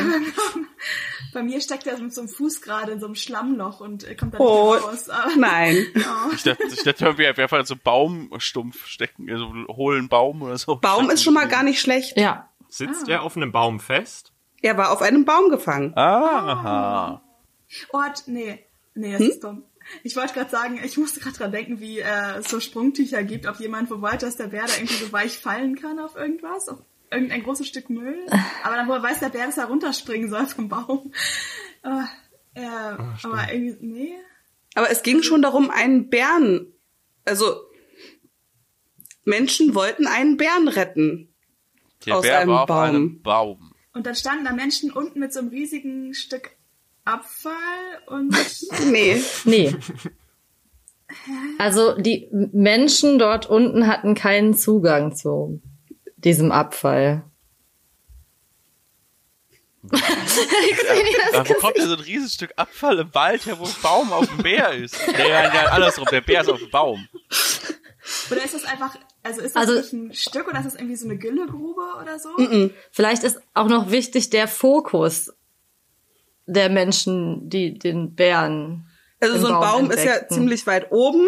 Speaker 4: Bei mir steckt er mit so einem Fuß gerade in so einem Schlammloch und äh, kommt da nicht
Speaker 2: Oh,
Speaker 4: mehr raus. Aber-
Speaker 2: nein.
Speaker 5: Ich dachte, ich dachte irgendwie, er wäre einfach in so einem Baumstumpf stecken, also einen hohlen Baum oder so.
Speaker 2: Baum ist schon mal gar nicht schlecht.
Speaker 3: Ja.
Speaker 1: Sitzt er auf einem Baum fest?
Speaker 2: Er war auf einem Baum gefangen.
Speaker 5: Aha.
Speaker 4: Ort, nee, nee,
Speaker 2: Hm?
Speaker 4: das ist dumm. Ich wollte gerade sagen, ich musste gerade dran denken, wie äh, es so Sprungtücher gibt, ob jemand wo wollte, dass der Bär da irgendwie so weich fallen kann auf irgendwas, auf irgendein großes Stück Müll. Aber dann woher weiß der Bär, dass er runterspringen soll vom Baum. Aber, äh,
Speaker 5: Ah,
Speaker 4: aber irgendwie, nee.
Speaker 2: Aber es ging schon darum, einen Bären. Also Menschen wollten einen Bären retten.
Speaker 5: Der
Speaker 2: Aus
Speaker 5: Bär
Speaker 2: einem
Speaker 5: war auf
Speaker 2: Baum.
Speaker 5: einem Baum.
Speaker 4: Und dann standen da Menschen unten mit so einem riesigen Stück Abfall
Speaker 2: [laughs]
Speaker 4: und
Speaker 2: Nee.
Speaker 3: Nee. Also die Menschen dort unten hatten keinen Zugang zu diesem Abfall. [laughs]
Speaker 5: Da kommt ja so ein riesiges Stück Abfall im Wald her, wo ein Baum auf dem Bär ist. Nee, [laughs] ja, ja, andersrum, der Bär ist auf dem Baum.
Speaker 4: oder ist das einfach, also ist das
Speaker 3: Also-
Speaker 4: nicht ein Stück oder ist das irgendwie so eine Güllegrube oder so?
Speaker 3: Vielleicht ist auch noch wichtig der Fokus der Menschen, die den Bären.
Speaker 2: Also
Speaker 3: im
Speaker 2: so ein Baum, ist ja
Speaker 3: entdeckten.
Speaker 2: ziemlich weit oben.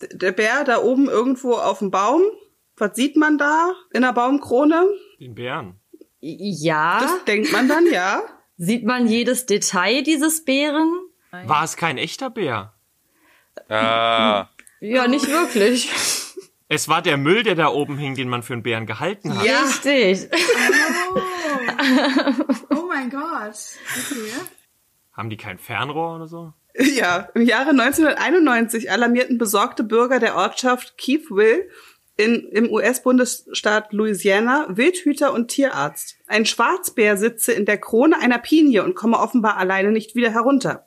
Speaker 2: D- Der Bär da oben irgendwo auf dem Baum. Was sieht man da in der Baumkrone?
Speaker 1: Den Bären.
Speaker 3: Ja,
Speaker 2: Das denkt man dann, ja.
Speaker 3: sieht man jedes Detail dieses Bären?
Speaker 1: War es kein echter Bär?
Speaker 5: Ah,
Speaker 3: Ja, nicht wirklich.
Speaker 1: Es war der Müll, der da oben hing, den man für einen Bären gehalten hat.
Speaker 2: [laughs] Ja.
Speaker 3: Richtig.
Speaker 2: [laughs]
Speaker 4: Oh. oh mein Gott. Okay.
Speaker 1: Haben die kein Fernrohr oder so?
Speaker 2: Ja, im Jahre 1991 alarmierten besorgte Bürger der Ortschaft Keithville in, im US-Bundesstaat Louisiana Wildhüter und Tierarzt. Ein Schwarzbär sitze in der Krone einer Pinie und komme offenbar alleine nicht wieder herunter.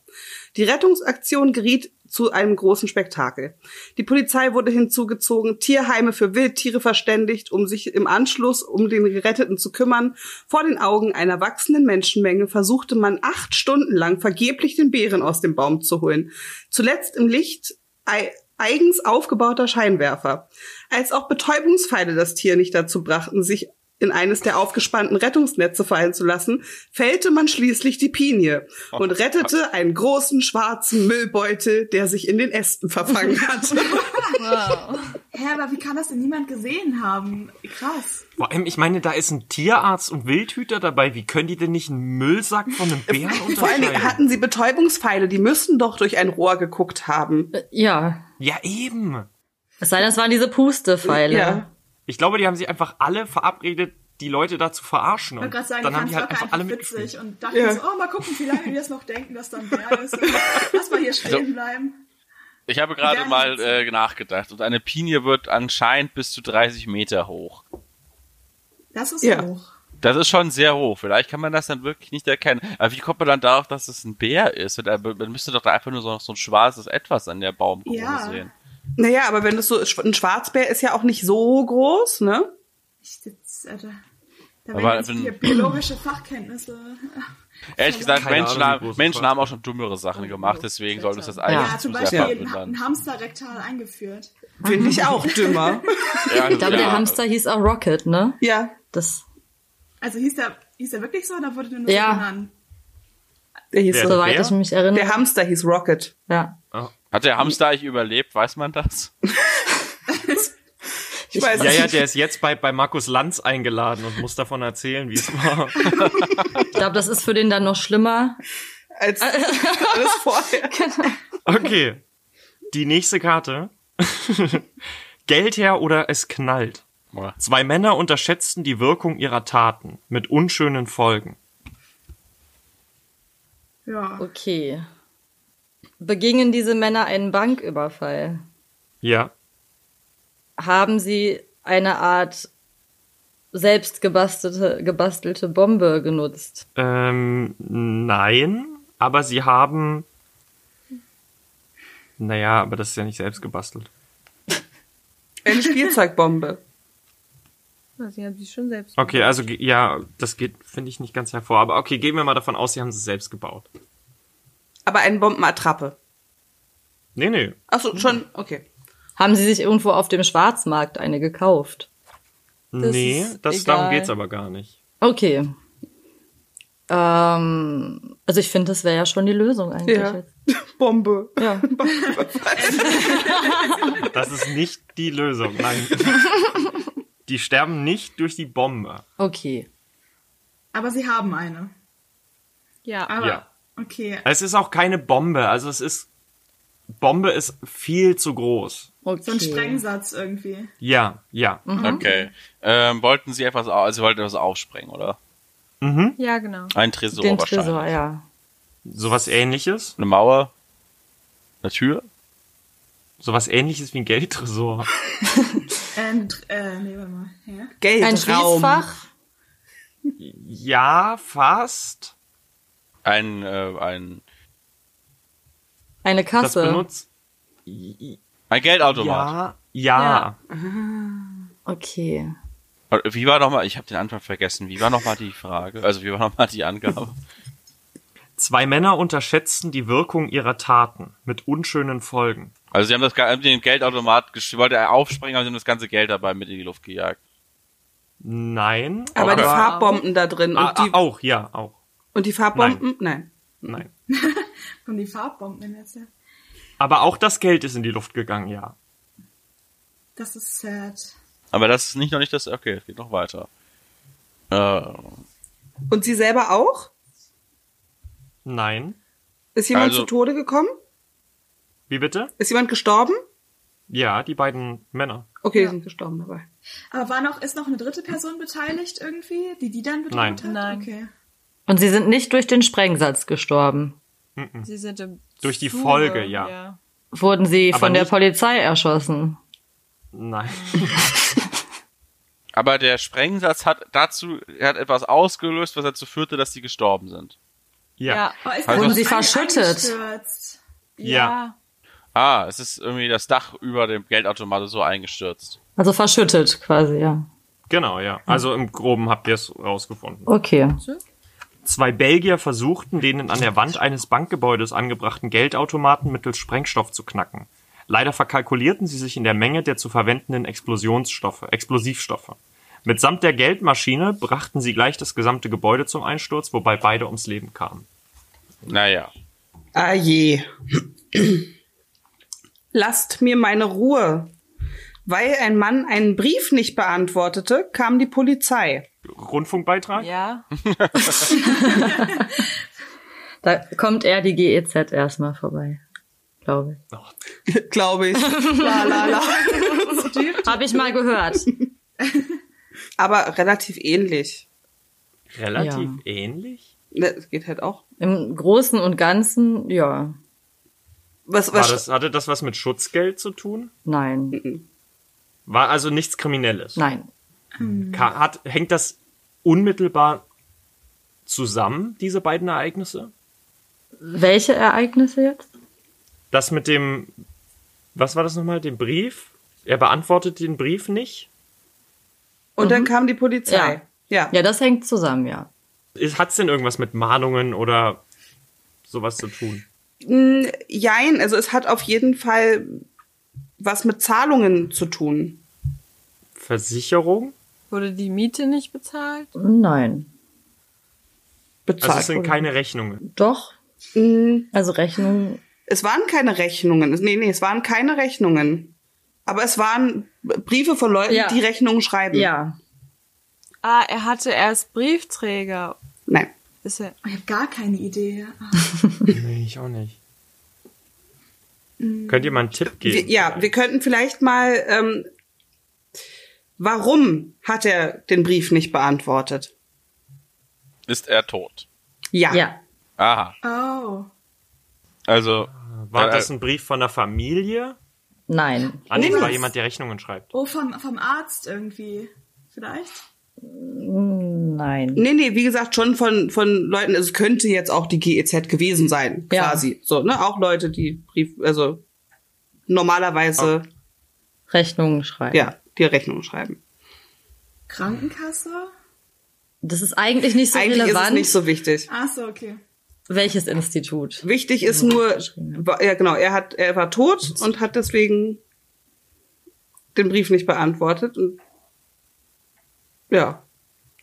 Speaker 2: Die Rettungsaktion geriet zu einem großen Spektakel. Die Polizei wurde hinzugezogen, Tierheime für Wildtiere verständigt, um sich im Anschluss um den Geretteten zu kümmern. Vor den Augen einer wachsenden Menschenmenge versuchte man acht Stunden lang vergeblich den Bären aus dem Baum zu holen. Zuletzt im Licht ei- eigens aufgebauter Scheinwerfer. Als auch Betäubungspfeile das Tier nicht dazu brachten, sich in eines der aufgespannten Rettungsnetze fallen zu lassen, fällte man schließlich die Pinie und rettete einen großen schwarzen Müllbeutel, der sich in den Ästen verfangen hat.
Speaker 4: Hä, aber wie kann das denn niemand gesehen haben? Krass.
Speaker 1: Vor allem, ich meine, da ist ein Tierarzt und Wildhüter dabei. Wie können die denn nicht einen Müllsack von einem Bären
Speaker 2: Äh, Vor allen Dingen
Speaker 1: unterscheiden?
Speaker 2: hatten sie Betäubungspfeile, die müssen doch durch ein Rohr geguckt haben.
Speaker 3: Ja.
Speaker 1: Ja, eben.
Speaker 3: Es sei denn, es waren diese Pustepfeile.
Speaker 2: Ja.
Speaker 1: Ich glaube, die haben sich einfach alle verabredet, die Leute da zu verarschen.
Speaker 4: Ich
Speaker 1: Und
Speaker 4: wollte gerade sagen,
Speaker 1: dann
Speaker 4: ich
Speaker 1: haben
Speaker 4: fand
Speaker 1: die
Speaker 4: es
Speaker 1: halt
Speaker 4: locker
Speaker 1: einfach alle
Speaker 4: einfach
Speaker 1: mitgespielt.
Speaker 4: witzig und dachte
Speaker 2: Ja.
Speaker 4: so, oh, mal gucken, wie lange die das noch denken, dass da ein Bär
Speaker 2: [laughs]
Speaker 4: ist. Lass mal hier stehen
Speaker 5: Also-
Speaker 4: bleiben.
Speaker 5: ich habe gerade
Speaker 4: Ja,
Speaker 5: mal äh, nachgedacht und eine Pinie wird anscheinend bis zu 30 Meter hoch.
Speaker 4: Das ist
Speaker 2: Ja.
Speaker 4: hoch.
Speaker 5: Das ist schon sehr hoch. Vielleicht kann man das dann wirklich nicht erkennen. Aber wie kommt man dann darauf, dass es ein Bär ist? Und da- Man müsste doch da einfach nur so, so ein schwarzes Etwas an der Baumkrone
Speaker 4: Ja.
Speaker 5: sehen.
Speaker 2: Naja, aber wenn das so, ein Schwarzbär ist ja auch nicht so groß, ne?
Speaker 4: Ich sitz, Alter. Da
Speaker 5: Aber
Speaker 4: werden jetzt
Speaker 5: wenn-
Speaker 4: hier biologische Fachkenntnisse.
Speaker 5: Ehrlich gesagt,
Speaker 1: Keine
Speaker 5: Menschen,
Speaker 1: Ahnung, wie
Speaker 5: haben,
Speaker 1: groß es
Speaker 5: Menschen
Speaker 1: war.
Speaker 5: haben auch schon dümmere Sachen gemacht,
Speaker 3: genau.
Speaker 5: deswegen sollte uns das
Speaker 4: Ja,
Speaker 5: eigentlich nicht
Speaker 4: zum
Speaker 5: zu
Speaker 4: Beispiel
Speaker 5: sehr
Speaker 4: ein,
Speaker 5: verwundern.
Speaker 4: ein Hamster rektal eingeführt.
Speaker 2: Finde ich auch dümmer.
Speaker 5: Ja,
Speaker 3: Ich glaube, der Hamster hieß auch Rocket, ne?
Speaker 2: ja,
Speaker 3: Das,
Speaker 4: Also hieß der, hieß der wirklich so oder wurde der nur so
Speaker 3: Ja.
Speaker 4: genannt?
Speaker 2: der hieß
Speaker 1: Wer?
Speaker 2: so.
Speaker 3: soweit ich mich erinnere.
Speaker 2: Der Hamster hieß Rocket.
Speaker 3: ja.
Speaker 5: Hat der Hamster eigentlich überlebt? Weiß man das?
Speaker 2: Ich, weiß
Speaker 1: Ja, ja,
Speaker 4: Also-
Speaker 2: nicht.
Speaker 1: der ist jetzt bei, bei Markus Lanz eingeladen und muss davon erzählen, wie es war.
Speaker 4: [laughs]
Speaker 3: Ich glaube, das ist für den dann noch schlimmer.
Speaker 1: [laughs]
Speaker 2: als alles vorher.
Speaker 1: Okay. Die nächste Karte. [laughs] Geld her oder es knallt.
Speaker 5: Boah.
Speaker 1: Zwei Männer unterschätzten die Wirkung ihrer Taten mit unschönen Folgen.
Speaker 4: Ja.
Speaker 3: Okay. Begingen diese Männer einen Banküberfall?
Speaker 1: Ja.
Speaker 3: Haben sie eine Art selbst gebastelte, gebastelte Bombe genutzt?
Speaker 1: Ähm, nein, aber sie haben. Naja, aber das ist ja nicht selbst gebastelt.
Speaker 2: Eine Spielzeugbombe.
Speaker 6: Also, sie haben sie schon selbst.
Speaker 1: Okay, also ge- ja, das geht, finde ich, nicht ganz hervor. Aber okay, gehen wir mal davon aus, sie haben sie selbst gebaut.
Speaker 2: Aber eine Bombenattrappe.
Speaker 1: Nee, nee.
Speaker 2: Achso, schon, okay.
Speaker 3: Haben sie sich irgendwo auf dem Schwarzmarkt eine gekauft?
Speaker 6: Das
Speaker 1: nee,
Speaker 6: ist
Speaker 1: das,
Speaker 6: egal.
Speaker 1: darum geht's aber gar nicht.
Speaker 3: Okay. Ähm, also ich finde, das wäre ja schon die Lösung eigentlich.
Speaker 2: Ja.
Speaker 3: jetzt.
Speaker 2: Bombe.
Speaker 3: ja.
Speaker 1: Das ist nicht die Lösung,
Speaker 6: [laughs]
Speaker 1: nein. die sterben nicht durch die Bombe.
Speaker 3: Okay.
Speaker 4: Aber sie haben eine.
Speaker 6: Ja.
Speaker 4: Aber,
Speaker 1: Ja. Also
Speaker 4: okay.
Speaker 1: Es ist auch keine Bombe, also es ist. Bombe ist viel zu groß.
Speaker 3: okay.
Speaker 4: So ein Sprengsatz irgendwie.
Speaker 1: Ja, ja.
Speaker 6: Mhm.
Speaker 3: Mhm.
Speaker 5: Okay. Ähm, wollten sie etwas, au- also sie wollten etwas aufsprengen, oder?
Speaker 6: Ja, genau.
Speaker 5: Ein Tresor
Speaker 3: Den
Speaker 5: wahrscheinlich.
Speaker 3: Tresor, ja.
Speaker 1: Sowas ähnliches.
Speaker 5: Eine Mauer? Eine Tür?
Speaker 1: Sowas ähnliches wie ein Geldtresor.
Speaker 4: Ähm, tr- äh, nee, warte mal. Ja.
Speaker 2: Geldraum.
Speaker 3: Ein Schließfach?
Speaker 1: Ja, fast.
Speaker 5: Ein, äh, ein,
Speaker 3: Eine
Speaker 1: Das
Speaker 3: Kasse?
Speaker 1: benutzt.
Speaker 5: ein Geldautomat.
Speaker 1: Ja, ja.
Speaker 3: Okay.
Speaker 5: Und Wie war nochmal, ich habe den Anfang vergessen, wie war nochmal die Frage? Also wie war nochmal die Angabe?
Speaker 1: Zwei Männer unterschätzten die Wirkung ihrer Taten mit unschönen Folgen.
Speaker 5: Also sie haben das, ga- haben den Geldautomat, gesch- wollte er aufspringen, aber sie haben das ganze Geld dabei mit in die Luft gejagt.
Speaker 1: Nein.
Speaker 2: Aber die
Speaker 1: aber-
Speaker 2: Farbbomben da drin
Speaker 1: Ah,
Speaker 2: und die,
Speaker 1: ah, auch, ja, auch.
Speaker 2: und die Farbbomben, nein.
Speaker 1: Nein.
Speaker 4: Und die Farbbomben jetzt ja.
Speaker 1: Aber auch das Geld ist in die Luft gegangen, ja.
Speaker 4: Das ist sad.
Speaker 5: Aber das ist nicht noch nicht das, okay, es geht noch weiter. Äh,
Speaker 2: Und sie selber auch?
Speaker 1: Nein.
Speaker 2: Ist jemand
Speaker 5: Also-
Speaker 2: zu Tode gekommen?
Speaker 1: Wie bitte?
Speaker 2: Ist jemand gestorben?
Speaker 1: Ja, die beiden Männer.
Speaker 2: Okay, sind gestorben dabei.
Speaker 4: Aber war noch, ist noch eine dritte Person beteiligt irgendwie, die die dann bedroht
Speaker 1: Nein.
Speaker 4: hat?
Speaker 6: Nein.
Speaker 4: Okay.
Speaker 3: Und sie sind nicht durch den Sprengsatz gestorben.
Speaker 6: Sie sind im
Speaker 1: Durch die
Speaker 6: Zuge,
Speaker 1: Folge, ja.
Speaker 3: Wurden sie
Speaker 1: Aber
Speaker 3: von der
Speaker 1: nicht-
Speaker 2: [laughs]
Speaker 3: Polizei erschossen?
Speaker 1: Nein. [laughs]
Speaker 5: aber der Sprengsatz hat dazu, er hat etwas ausgelöst, was dazu führte, dass sie gestorben sind.
Speaker 1: Ja.
Speaker 6: Ja. Ja.
Speaker 4: Aber Oh, ist
Speaker 5: Also-
Speaker 4: da
Speaker 5: Wurden
Speaker 4: was
Speaker 3: sie
Speaker 4: ein-
Speaker 3: verschüttet?
Speaker 4: eingestürzt?
Speaker 1: Ja.
Speaker 5: Ah, es ist irgendwie das Dach über dem Geldautomat so eingestürzt.
Speaker 3: Also verschüttet quasi, ja.
Speaker 1: Genau, ja. Also im Groben habt ihr es rausgefunden.
Speaker 3: Okay.
Speaker 1: Zwei Belgier versuchten, den an der Wand eines Bankgebäudes angebrachten Geldautomaten mittels Sprengstoff zu knacken. Leider verkalkulierten sie sich in der Menge der zu verwendenden Explosionsstoffe, Explosivstoffe. Mitsamt der Geldmaschine brachten sie gleich das gesamte Gebäude zum Einsturz, wobei beide ums Leben kamen.
Speaker 5: Naja.
Speaker 2: Ah je. Lasst mir meine Ruhe. Weil ein Mann einen Brief nicht beantwortete, kam die Polizei.
Speaker 1: Rundfunkbeitrag?
Speaker 6: Ja.
Speaker 3: Da kommt eher die GEZ erstmal vorbei, glaube ich.
Speaker 2: Glaube ich. La, la, la.
Speaker 3: Habe ich mal gehört.
Speaker 2: Aber relativ ähnlich.
Speaker 1: Relativ
Speaker 3: Ja.
Speaker 1: ähnlich?
Speaker 2: Ne, Es geht halt auch.
Speaker 3: [laughs] Im Großen und Ganzen, ja,
Speaker 2: Was,
Speaker 1: War
Speaker 2: was
Speaker 1: das, hatte das was mit Schutzgeld zu tun?
Speaker 3: nein,
Speaker 1: War also nichts Kriminelles?
Speaker 3: nein.
Speaker 1: Ka- Hat, hängt das unmittelbar zusammen, diese beiden Ereignisse?
Speaker 3: Welche Ereignisse jetzt?
Speaker 1: Das mit dem, was war das nochmal, dem Brief? Er beantwortet den Brief nicht?
Speaker 2: Und dann kam die Polizei.
Speaker 3: Ja.
Speaker 2: Mhm. Ja.
Speaker 3: Ja, das hängt zusammen, ja.
Speaker 1: Hat's denn irgendwas mit Mahnungen oder sowas zu tun?
Speaker 2: Mm, Jein, also es hat auf jeden Fall was mit Zahlungen zu tun.
Speaker 1: Versicherung?
Speaker 6: Wurde die Miete nicht bezahlt?
Speaker 3: Nein.
Speaker 1: Also
Speaker 2: Bezahlt.
Speaker 1: es sind
Speaker 2: wurde.
Speaker 1: keine Rechnungen.
Speaker 3: Doch.
Speaker 2: Mm,
Speaker 3: Also Rechnung.
Speaker 2: es waren keine Rechnungen. Es- Nee, nee, es waren keine Rechnungen. Aber es waren Briefe von Leuten,
Speaker 3: Ja.
Speaker 2: die Rechnungen schreiben.
Speaker 3: Ja.
Speaker 6: Ah, er hatte erst Briefträger.
Speaker 2: Nein.
Speaker 6: Ist er.
Speaker 4: Oh, Ich habe gar keine Idee. Ah,
Speaker 1: nee, ich auch nicht. Könnt ihr mal einen Tipp
Speaker 2: Wir,
Speaker 1: geben?
Speaker 2: Hm. ja, wir könnten vielleicht mal, ähm, warum hat er den Brief nicht beantwortet?
Speaker 5: Ist er tot?
Speaker 2: Ja.
Speaker 3: Ja.
Speaker 5: Aha.
Speaker 4: Oh.
Speaker 5: Also,
Speaker 1: War
Speaker 5: äh,
Speaker 1: das ein Brief von der Familie?
Speaker 3: Nein.
Speaker 1: Ah, nee,
Speaker 4: Nee,
Speaker 1: war
Speaker 4: das-
Speaker 1: jemand, der Rechnungen schreibt.
Speaker 4: Oh, vom, vom Arzt irgendwie. Vielleicht?
Speaker 3: Nein.
Speaker 2: Nee, nee, wie gesagt, schon von, von Leuten, also es könnte jetzt auch die GEZ gewesen sein,
Speaker 3: Ja.
Speaker 2: quasi. So, ne? Auch Leute, die Brief, also normalerweise,
Speaker 3: Rechnungen schreiben.
Speaker 2: ja, die Rechnung schreiben.
Speaker 4: Krankenkasse?
Speaker 3: Das ist eigentlich nicht so
Speaker 2: Eigentlich ist es
Speaker 3: relevant,
Speaker 2: nicht so wichtig.
Speaker 4: Ach so, okay.
Speaker 3: welches Institut.
Speaker 2: Wichtig ist nur,
Speaker 3: geschrieben,
Speaker 2: ja genau, er hat, er war tot und hat deswegen den Brief nicht beantwortet. Und ja.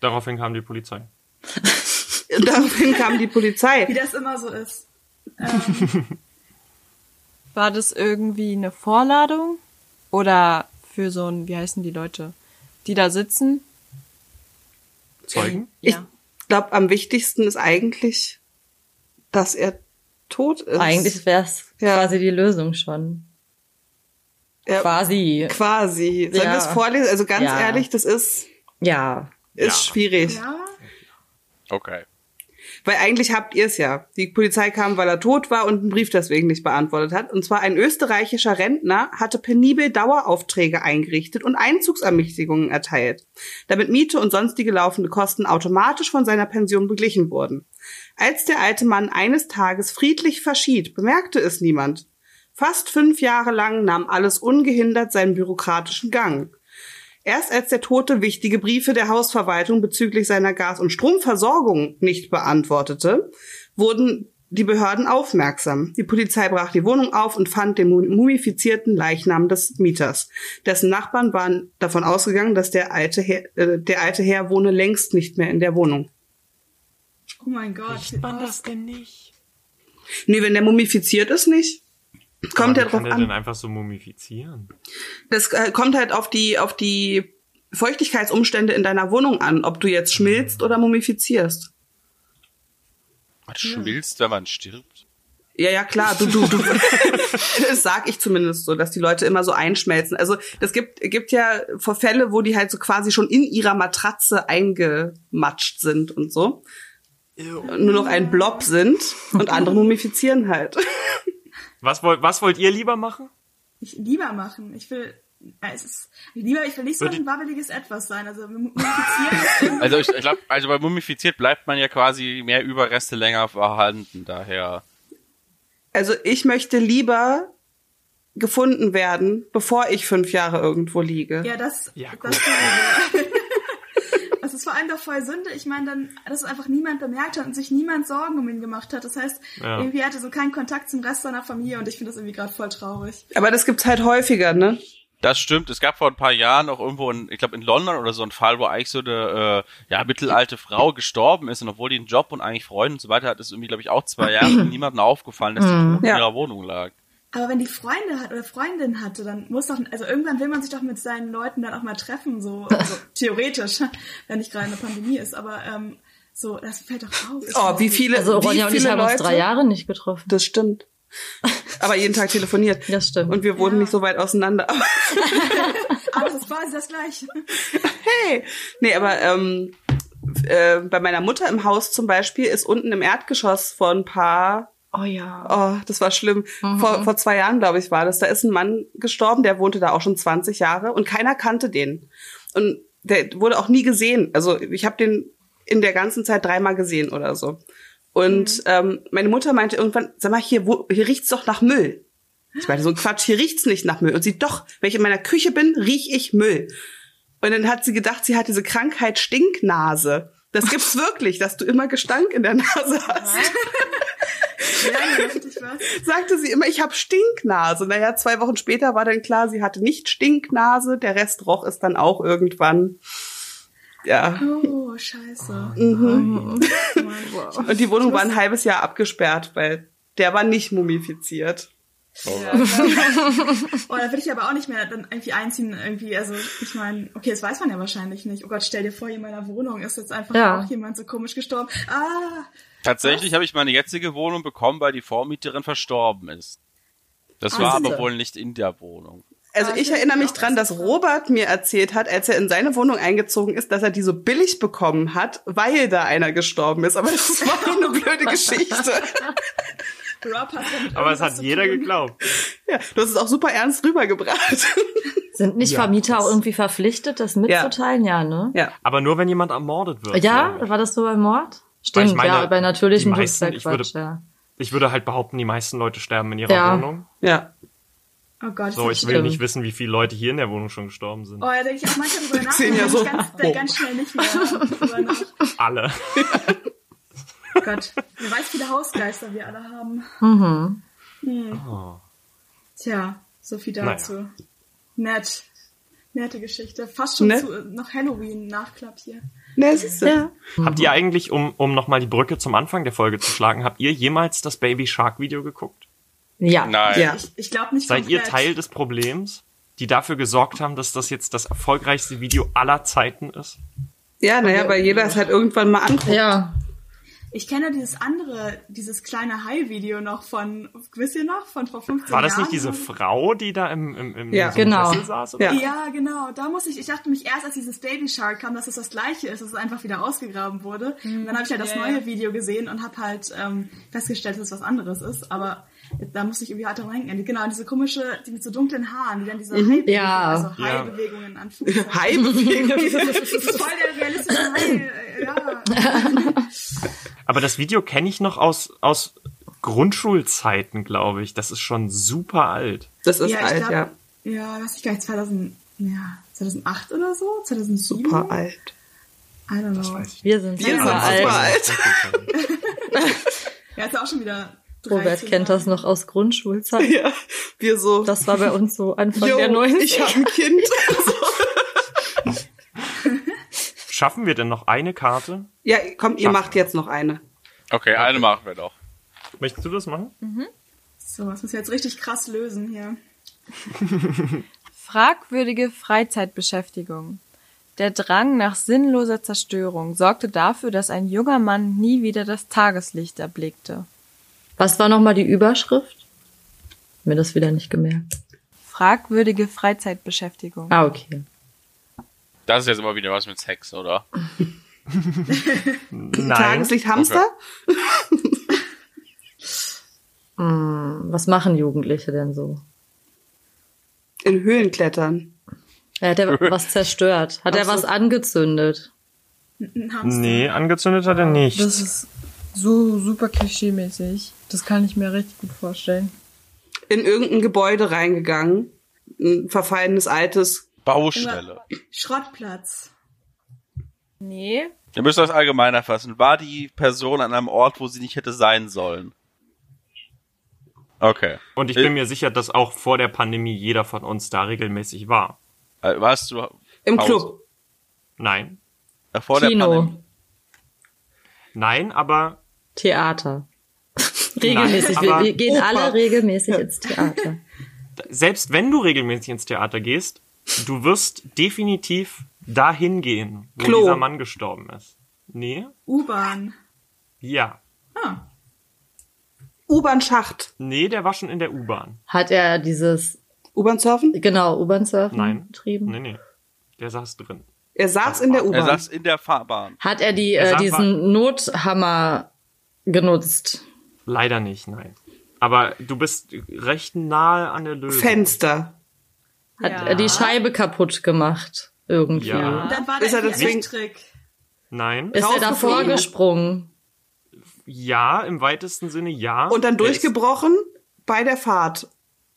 Speaker 1: Daraufhin kam die Polizei.
Speaker 2: Und daraufhin kam die
Speaker 3: [laughs]
Speaker 4: Wie
Speaker 2: Polizei.
Speaker 4: das immer so ist.
Speaker 6: War das irgendwie eine Vorladung? Oder für so ein, wie heißen die Leute, die da sitzen?
Speaker 1: Zeugen?
Speaker 2: Ich
Speaker 6: Ja.
Speaker 2: glaube, am wichtigsten ist eigentlich, dass er tot ist.
Speaker 3: Eigentlich wäre es
Speaker 2: Ja.
Speaker 3: quasi die Lösung schon.
Speaker 2: Ja,
Speaker 3: Quasi.
Speaker 2: Quasi. Sollen
Speaker 3: Ja.
Speaker 2: wir es vorlesen? Also ganz
Speaker 3: Ja.
Speaker 2: ehrlich, das ist,
Speaker 3: Ja.
Speaker 2: ist
Speaker 1: Ja.
Speaker 2: schwierig.
Speaker 4: Ja?
Speaker 5: okay.
Speaker 2: Weil eigentlich habt ihr es ja. Die Polizei kam, weil er tot war und einen Brief deswegen nicht beantwortet hat. Und zwar ein österreichischer Rentner hatte penibel Daueraufträge eingerichtet und Einzugsermächtigungen erteilt, damit Miete und sonstige laufende Kosten automatisch von seiner Pension beglichen wurden. Als der alte Mann eines Tages friedlich verschied, bemerkte es niemand. Fast fünf Jahre lang nahm alles ungehindert seinen bürokratischen Gang. Erst als der Tote wichtige Briefe der Hausverwaltung bezüglich seiner Gas- und Stromversorgung nicht beantwortete, wurden die Behörden aufmerksam. Die Polizei brach die Wohnung auf und fand den mu- mumifizierten Leichnam des Mieters. Dessen Nachbarn waren davon ausgegangen, dass der alte Herr, äh, der alte Herr wohne längst nicht mehr in der Wohnung.
Speaker 4: Oh mein Gott.
Speaker 1: denn nicht?
Speaker 2: Nee, wenn der mumifiziert ist, nicht. Kommt ja drauf
Speaker 1: kann der denn
Speaker 2: an.
Speaker 1: einfach so mumifizieren?
Speaker 2: Das äh, kommt halt auf die, auf die Feuchtigkeitsumstände in deiner Wohnung an, ob du jetzt schmilzt oder mumifizierst.
Speaker 5: Man schmilzt, wenn man stirbt.
Speaker 2: Ja, ja, klar, du, du, [laughs] du. das sag ich zumindest so, dass die Leute immer so einschmelzen. Also es gibt, gibt ja Verfälle, wo die halt so quasi schon in ihrer Matratze eingematscht sind und so. Nur noch ein Blob sind und andere mumifizieren halt.
Speaker 1: Was wollt, was wollt ihr lieber machen?
Speaker 4: Oh, Ich lieber machen. Ich will. äh, Es ist, lieber, ich will nicht so
Speaker 1: Würde-
Speaker 4: ein wabbeliges Etwas sein.
Speaker 1: [laughs]
Speaker 4: Also mumifizieren.
Speaker 5: Also ich, ich glaube, also bei mumifiziert bleibt man ja quasi mehr Überreste länger vorhanden, daher.
Speaker 2: Also ich möchte lieber gefunden werden, bevor ich fünf Jahre irgendwo liege.
Speaker 4: ja, das,
Speaker 1: Ja, gut.
Speaker 4: das sowieso. [laughs] Das ist vor allem doch voll Sünde. Ich meine, dann, dass es einfach niemand bemerkt hat und sich niemand Sorgen um ihn gemacht hat. Das heißt,
Speaker 1: Ja.
Speaker 4: irgendwie hatte so keinen Kontakt zum Rest seiner Familie und ich finde das irgendwie gerade voll traurig.
Speaker 2: Aber das gibt's halt häufiger, ne?
Speaker 5: Das stimmt. Es gab vor ein paar Jahren auch irgendwo, in, ich glaube in London oder so, einen Fall, wo eigentlich so eine äh, ja, mittelalte Frau gestorben ist und obwohl die einen Job und eigentlich Freunde und so weiter hat, ist irgendwie, glaube ich, auch zwei Jahre niemandem aufgefallen, dass die tot in
Speaker 2: Ja.
Speaker 5: ihrer Wohnung lag.
Speaker 4: Aber wenn die Freunde hat oder Freundin hatte, dann muss doch, also irgendwann will man sich doch mit seinen Leuten dann auch mal treffen, so also theoretisch, wenn nicht gerade eine Pandemie ist, aber ähm, so, das fällt doch auf.
Speaker 2: Oh, wie viele,
Speaker 3: Also
Speaker 2: wie
Speaker 3: Ronja und ich
Speaker 2: viele
Speaker 3: haben
Speaker 2: Leute?
Speaker 3: uns drei Jahre nicht getroffen.
Speaker 2: Das stimmt. Aber jeden Tag telefoniert.
Speaker 3: Das stimmt.
Speaker 2: Und wir wurden nicht so weit auseinander. Aber
Speaker 4: Aber es ist quasi das Gleiche.
Speaker 2: hey! Nee, aber ähm, äh, bei meiner Mutter im Haus zum Beispiel ist unten im Erdgeschoss vor ein paar,
Speaker 3: oh ja.
Speaker 2: oh, das war schlimm, vor, vor zwei Jahren, glaube ich, war das. Da ist ein Mann gestorben, der wohnte da auch schon 20 Jahre und keiner kannte den. Und der wurde auch nie gesehen. Also ich habe den in der ganzen Zeit dreimal gesehen oder so. Und ähm, meine Mutter meinte irgendwann, sag mal, hier, wo, hier riecht's doch nach Müll. Ich meine, so ein Quatsch, hier riecht's nicht nach Müll. Und sie, doch, wenn ich in meiner Küche bin, riech ich Müll. Und dann hat sie gedacht, sie hat diese Krankheit Stinknase. Das gibt's wirklich, dass du immer Gestank in der Nase hast.
Speaker 4: Ja, richtig was.
Speaker 2: Sagte sie immer, ich habe Stinknase. Naja, zwei Wochen später war dann klar, sie hatte nicht Stinknase. Der Rest roch es dann auch irgendwann. Ja.
Speaker 4: Oh, scheiße. Mhm. Oh, Mann.
Speaker 2: Und die Wohnung war ein halbes Jahr abgesperrt, weil der war nicht mumifiziert.
Speaker 4: Ja, dann- oh, da will ich aber auch nicht mehr dann irgendwie einziehen, irgendwie, also ich meine, okay, das weiß man ja wahrscheinlich nicht. Oh Gott, stell dir vor, hier in meiner Wohnung ist jetzt einfach
Speaker 3: Ja.
Speaker 4: auch jemand so komisch gestorben. Ah,
Speaker 5: Tatsächlich habe ich meine jetzige Wohnung bekommen, weil die Vormieterin verstorben ist. Das war
Speaker 3: siehste.
Speaker 5: aber wohl nicht in der Wohnung.
Speaker 2: Also
Speaker 4: Ah,
Speaker 2: ich
Speaker 4: das
Speaker 2: erinnere
Speaker 4: ist
Speaker 2: mich
Speaker 4: auch
Speaker 2: dran, dass Robert mir erzählt hat, als er in seine Wohnung eingezogen ist, dass er die so billig bekommen hat, weil da einer gestorben ist. Aber das war [laughs] nur eine blöde Geschichte.
Speaker 4: Rob hat damit
Speaker 1: Aber es
Speaker 4: irgendwas
Speaker 1: hat
Speaker 4: zu
Speaker 1: jeder
Speaker 4: tun.
Speaker 1: geglaubt.
Speaker 2: Ja, du hast es auch super ernst rübergebracht.
Speaker 3: Sind nicht
Speaker 1: Ja,
Speaker 3: Vermieter
Speaker 1: das-
Speaker 3: auch irgendwie verpflichtet, das mitzuteilen? Ja, ne?
Speaker 2: Ja.
Speaker 1: Aber nur wenn jemand ermordet wird.
Speaker 3: Ja,
Speaker 1: glaube ich.
Speaker 3: war das so beim Mord? Stimmt,
Speaker 1: meine,
Speaker 3: ja, bei natürlichem
Speaker 1: die meisten-
Speaker 3: Todesfall
Speaker 1: ich würde-
Speaker 3: Quatsch, ja.
Speaker 1: Ich würde halt behaupten, die meisten Leute sterben in ihrer
Speaker 3: Ja.
Speaker 1: Wohnung.
Speaker 2: Ja.
Speaker 4: Oh Gott,
Speaker 1: So, ich
Speaker 4: das
Speaker 1: will
Speaker 3: stimmt.
Speaker 1: nicht wissen, wie viele Leute hier in der Wohnung schon gestorben sind.
Speaker 4: Oh, da denke ich auch manchmal
Speaker 1: [laughs]
Speaker 4: drüber nach.
Speaker 2: Zehn
Speaker 4: da
Speaker 2: Jahre so.
Speaker 4: denk ich Ganz,
Speaker 2: Oh.
Speaker 4: ganz schnell nicht mehr drüber nach.
Speaker 1: Alle.
Speaker 4: Oh Gott, wer weiß, viele Hausgeister wir alle haben. Hm.
Speaker 3: Mhm.
Speaker 4: Tja, so viel
Speaker 1: Naja.
Speaker 4: dazu. Nett. Nette Geschichte. Fast schon
Speaker 2: Nett.
Speaker 4: zu, äh, noch Halloween-Nachklapp hier.
Speaker 2: Na, siehst du.
Speaker 3: Ja.
Speaker 1: Habt ihr eigentlich, um, um nochmal die Brücke zum Anfang der Folge zu schlagen, habt ihr jemals das Baby Shark Video geguckt?
Speaker 3: Ja.
Speaker 5: Nein.
Speaker 2: Ja.
Speaker 4: Ich, ich glaube nicht
Speaker 1: Seid ihr
Speaker 4: komplett.
Speaker 1: Teil des Problems, die dafür gesorgt haben, dass das jetzt das erfolgreichste Video aller Zeiten ist?
Speaker 2: Ja, naja, weil jeder es halt irgendwann mal anguckt.
Speaker 3: Ja.
Speaker 4: Ich kenne dieses andere, dieses kleine Hai-Video noch von, wisst ihr noch, von vor 15 Jahren.
Speaker 1: War das nicht diese Frau, die da im, im, im
Speaker 2: Ja,
Speaker 1: in so einem
Speaker 3: genau.
Speaker 1: Sessel saß?
Speaker 2: Ja.
Speaker 4: Ja, genau. Da muss ich, ich dachte mich erst, als dieses Baby Shark kam, dass es das gleiche ist, dass es einfach wieder ausgegraben wurde.
Speaker 3: Hm.
Speaker 4: und dann habe ich halt das neue Video gesehen und habe halt ähm, festgestellt, dass es was anderes ist. Aber da muss ich irgendwie hart dran denken. Genau, diese komische, die mit so dunklen Haaren, die dann diese Hai-Bewegungen,
Speaker 3: Mhm. Ja.
Speaker 4: also
Speaker 1: Ja.
Speaker 4: Hai-Bewegungen
Speaker 2: [laughs]
Speaker 4: anführen.
Speaker 2: Hype.
Speaker 3: [laughs]
Speaker 4: Das ist voll der realistische Hai. äh, Ja.
Speaker 1: Aber das Video kenne ich noch aus, aus Grundschulzeiten, glaube ich. Das ist schon super alt.
Speaker 2: Das ist
Speaker 4: ja,
Speaker 2: alt,
Speaker 4: ich glaub,
Speaker 2: ja.
Speaker 4: Ja, weiß ich gar nicht, 2000, ja, 2008 oder so? 2007?
Speaker 2: Super alt.
Speaker 4: I don't know.
Speaker 1: Das weiß ich.
Speaker 3: Wir sind
Speaker 2: Wir sind
Speaker 3: super
Speaker 1: Also,
Speaker 3: alt.
Speaker 2: super alt.
Speaker 4: Ja, ist ja auch schon wieder. 13
Speaker 3: Robert kennt
Speaker 4: Jahre.
Speaker 3: das noch aus Grundschulzeit.
Speaker 2: Ja. Wir so.
Speaker 3: Das war bei uns so Anfang
Speaker 2: yo,
Speaker 3: der 90er.
Speaker 2: ich habe ein
Speaker 3: [laughs]
Speaker 2: Kind.
Speaker 1: Schaffen wir denn noch eine Karte?
Speaker 2: ja, komm, ihr macht jetzt noch eine.
Speaker 5: Okay, eine machen wir doch.
Speaker 1: Möchtest du das machen?
Speaker 4: So, das muss ich jetzt richtig krass lösen hier.
Speaker 6: Fragwürdige Freizeitbeschäftigung. Der Drang nach sinnloser Zerstörung sorgte dafür, dass ein junger Mann nie wieder das Tageslicht erblickte.
Speaker 3: Was war nochmal die Überschrift? Hab Mir das wieder nicht gemerkt.
Speaker 6: Fragwürdige Freizeitbeschäftigung.
Speaker 3: Ah, okay.
Speaker 5: Das ist jetzt immer wieder was mit Sex, oder?
Speaker 2: Tageslicht Hamster?
Speaker 3: Hm, was machen Jugendliche denn so?
Speaker 2: In Höhlen klettern.
Speaker 3: Hat er
Speaker 1: [laughs]
Speaker 3: was zerstört? Hat er
Speaker 2: Ach so.
Speaker 3: was angezündet?
Speaker 4: Ein Hamster.
Speaker 1: Nee, angezündet hat er nicht.
Speaker 6: ist so super klischeemäßig. Das kann ich mir richtig gut vorstellen.
Speaker 2: In irgendein Gebäude reingegangen. Ein verfallenes altes.
Speaker 5: Baustelle.
Speaker 4: Schrottplatz.
Speaker 6: Nee,
Speaker 5: Ihr müsst das allgemeiner fassen. War die Person an einem Ort, wo sie nicht hätte sein sollen? Okay.
Speaker 1: Und ich bin mir sicher, dass auch vor der Pandemie jeder von uns da regelmäßig war.
Speaker 5: Äh, Warst du
Speaker 2: Im
Speaker 5: Pause?
Speaker 2: Club.
Speaker 1: Nein.
Speaker 5: Äh, Vor der Pandemie.
Speaker 3: Kino,
Speaker 1: Nein, aber
Speaker 3: Theater.
Speaker 1: [laughs]
Speaker 3: regelmäßig.
Speaker 1: Nein,
Speaker 3: wir,
Speaker 1: aber
Speaker 3: wir gehen
Speaker 2: Oper.
Speaker 3: alle regelmäßig ins Theater.
Speaker 1: selbst wenn du regelmäßig ins Theater gehst, du wirst definitiv dahin gehen, wo
Speaker 2: Klo.
Speaker 1: dieser Mann gestorben ist. Nee?
Speaker 4: U-Bahn.
Speaker 1: Ja.
Speaker 4: Ah.
Speaker 2: U-Bahn-Schacht.
Speaker 1: Nee, der war schon in der U-Bahn.
Speaker 3: Hat er dieses,
Speaker 2: U-Bahn-Surfen?
Speaker 3: genau, U-Bahn-Surfen
Speaker 1: Nein.
Speaker 3: betrieben?
Speaker 1: Nee, nee. Der saß drin.
Speaker 2: Er saß in der
Speaker 5: Er
Speaker 2: U-Bahn.
Speaker 5: saß in der Fahrbahn.
Speaker 3: Hat er die,
Speaker 1: Er
Speaker 3: äh,
Speaker 1: sagt,
Speaker 3: diesen Nothammer genutzt?
Speaker 1: Leider nicht, nein. Aber du bist recht nahe an der Lösung.
Speaker 2: Fenster.
Speaker 3: Hat
Speaker 4: Ja.
Speaker 3: er die Scheibe kaputt gemacht? Irgendwie.
Speaker 1: Ja.
Speaker 4: Und dann war
Speaker 2: Ist
Speaker 4: da
Speaker 2: er
Speaker 4: irgendwie ein
Speaker 2: deswegen-
Speaker 4: Trick.
Speaker 1: Nein.
Speaker 3: Ist er davor
Speaker 2: Rausgeflogen.
Speaker 3: gesprungen?
Speaker 1: Ja, im weitesten Sinne ja.
Speaker 2: Und
Speaker 1: Er
Speaker 2: dann
Speaker 1: ist-
Speaker 2: durchgebrochen bei der Fahrt.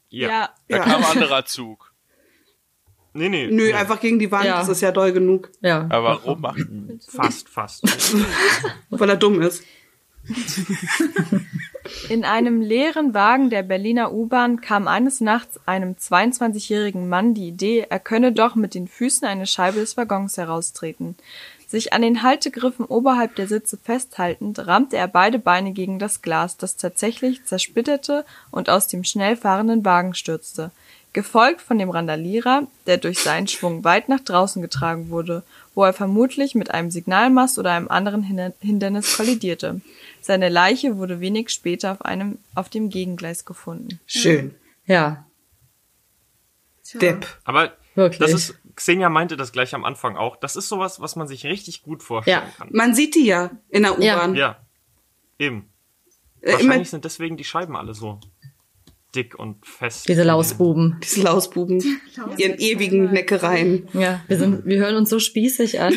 Speaker 1: Ja.
Speaker 5: Da
Speaker 2: [laughs] Ja.
Speaker 5: kam ein anderer Zug.
Speaker 1: Nee, nee.
Speaker 2: Nö,
Speaker 1: nee.
Speaker 2: einfach gegen die Wand,
Speaker 3: Ja.
Speaker 2: das ist ja doll genug,
Speaker 3: Ja.
Speaker 5: Aber warum macht
Speaker 1: Fast, fast.
Speaker 2: weil er dumm ist.
Speaker 6: In einem leeren Wagen der Berliner U-Bahn kam eines Nachts einem 22-jährigen Mann die Idee, er könne doch mit den Füßen eine Scheibe des Waggons heraustreten. Sich an den Haltegriffen oberhalb der Sitze festhaltend, rammte er beide Beine gegen das Glas, das tatsächlich zersplitterte und aus dem schnell fahrenden Wagen stürzte. Gefolgt von dem Randalierer, der durch seinen Schwung weit nach draußen getragen wurde, wo er vermutlich mit einem Signalmast oder einem anderen Hin- Hindernis kollidierte. Seine Leiche wurde wenig später auf einem auf dem Gegengleis gefunden.
Speaker 2: Schön.
Speaker 3: Ja.
Speaker 4: Tja.
Speaker 2: Depp.
Speaker 1: Aber
Speaker 3: Wirklich.
Speaker 1: das ist, Xenia meinte das gleich am Anfang auch. Das ist sowas, was man sich richtig gut vorstellen
Speaker 3: Ja.
Speaker 1: kann.
Speaker 2: Man sieht die ja in der
Speaker 3: Ja.
Speaker 2: U-Bahn.
Speaker 1: Ja. Eben.
Speaker 2: Äh, immer
Speaker 1: Wahrscheinlich sind deswegen die Scheiben alle so dick und fest.
Speaker 3: Diese Lausbuben.
Speaker 2: diese Lausbuben, ihren ewigen Neckereien.
Speaker 3: Ja, wir, sind, wir hören uns so spießig an.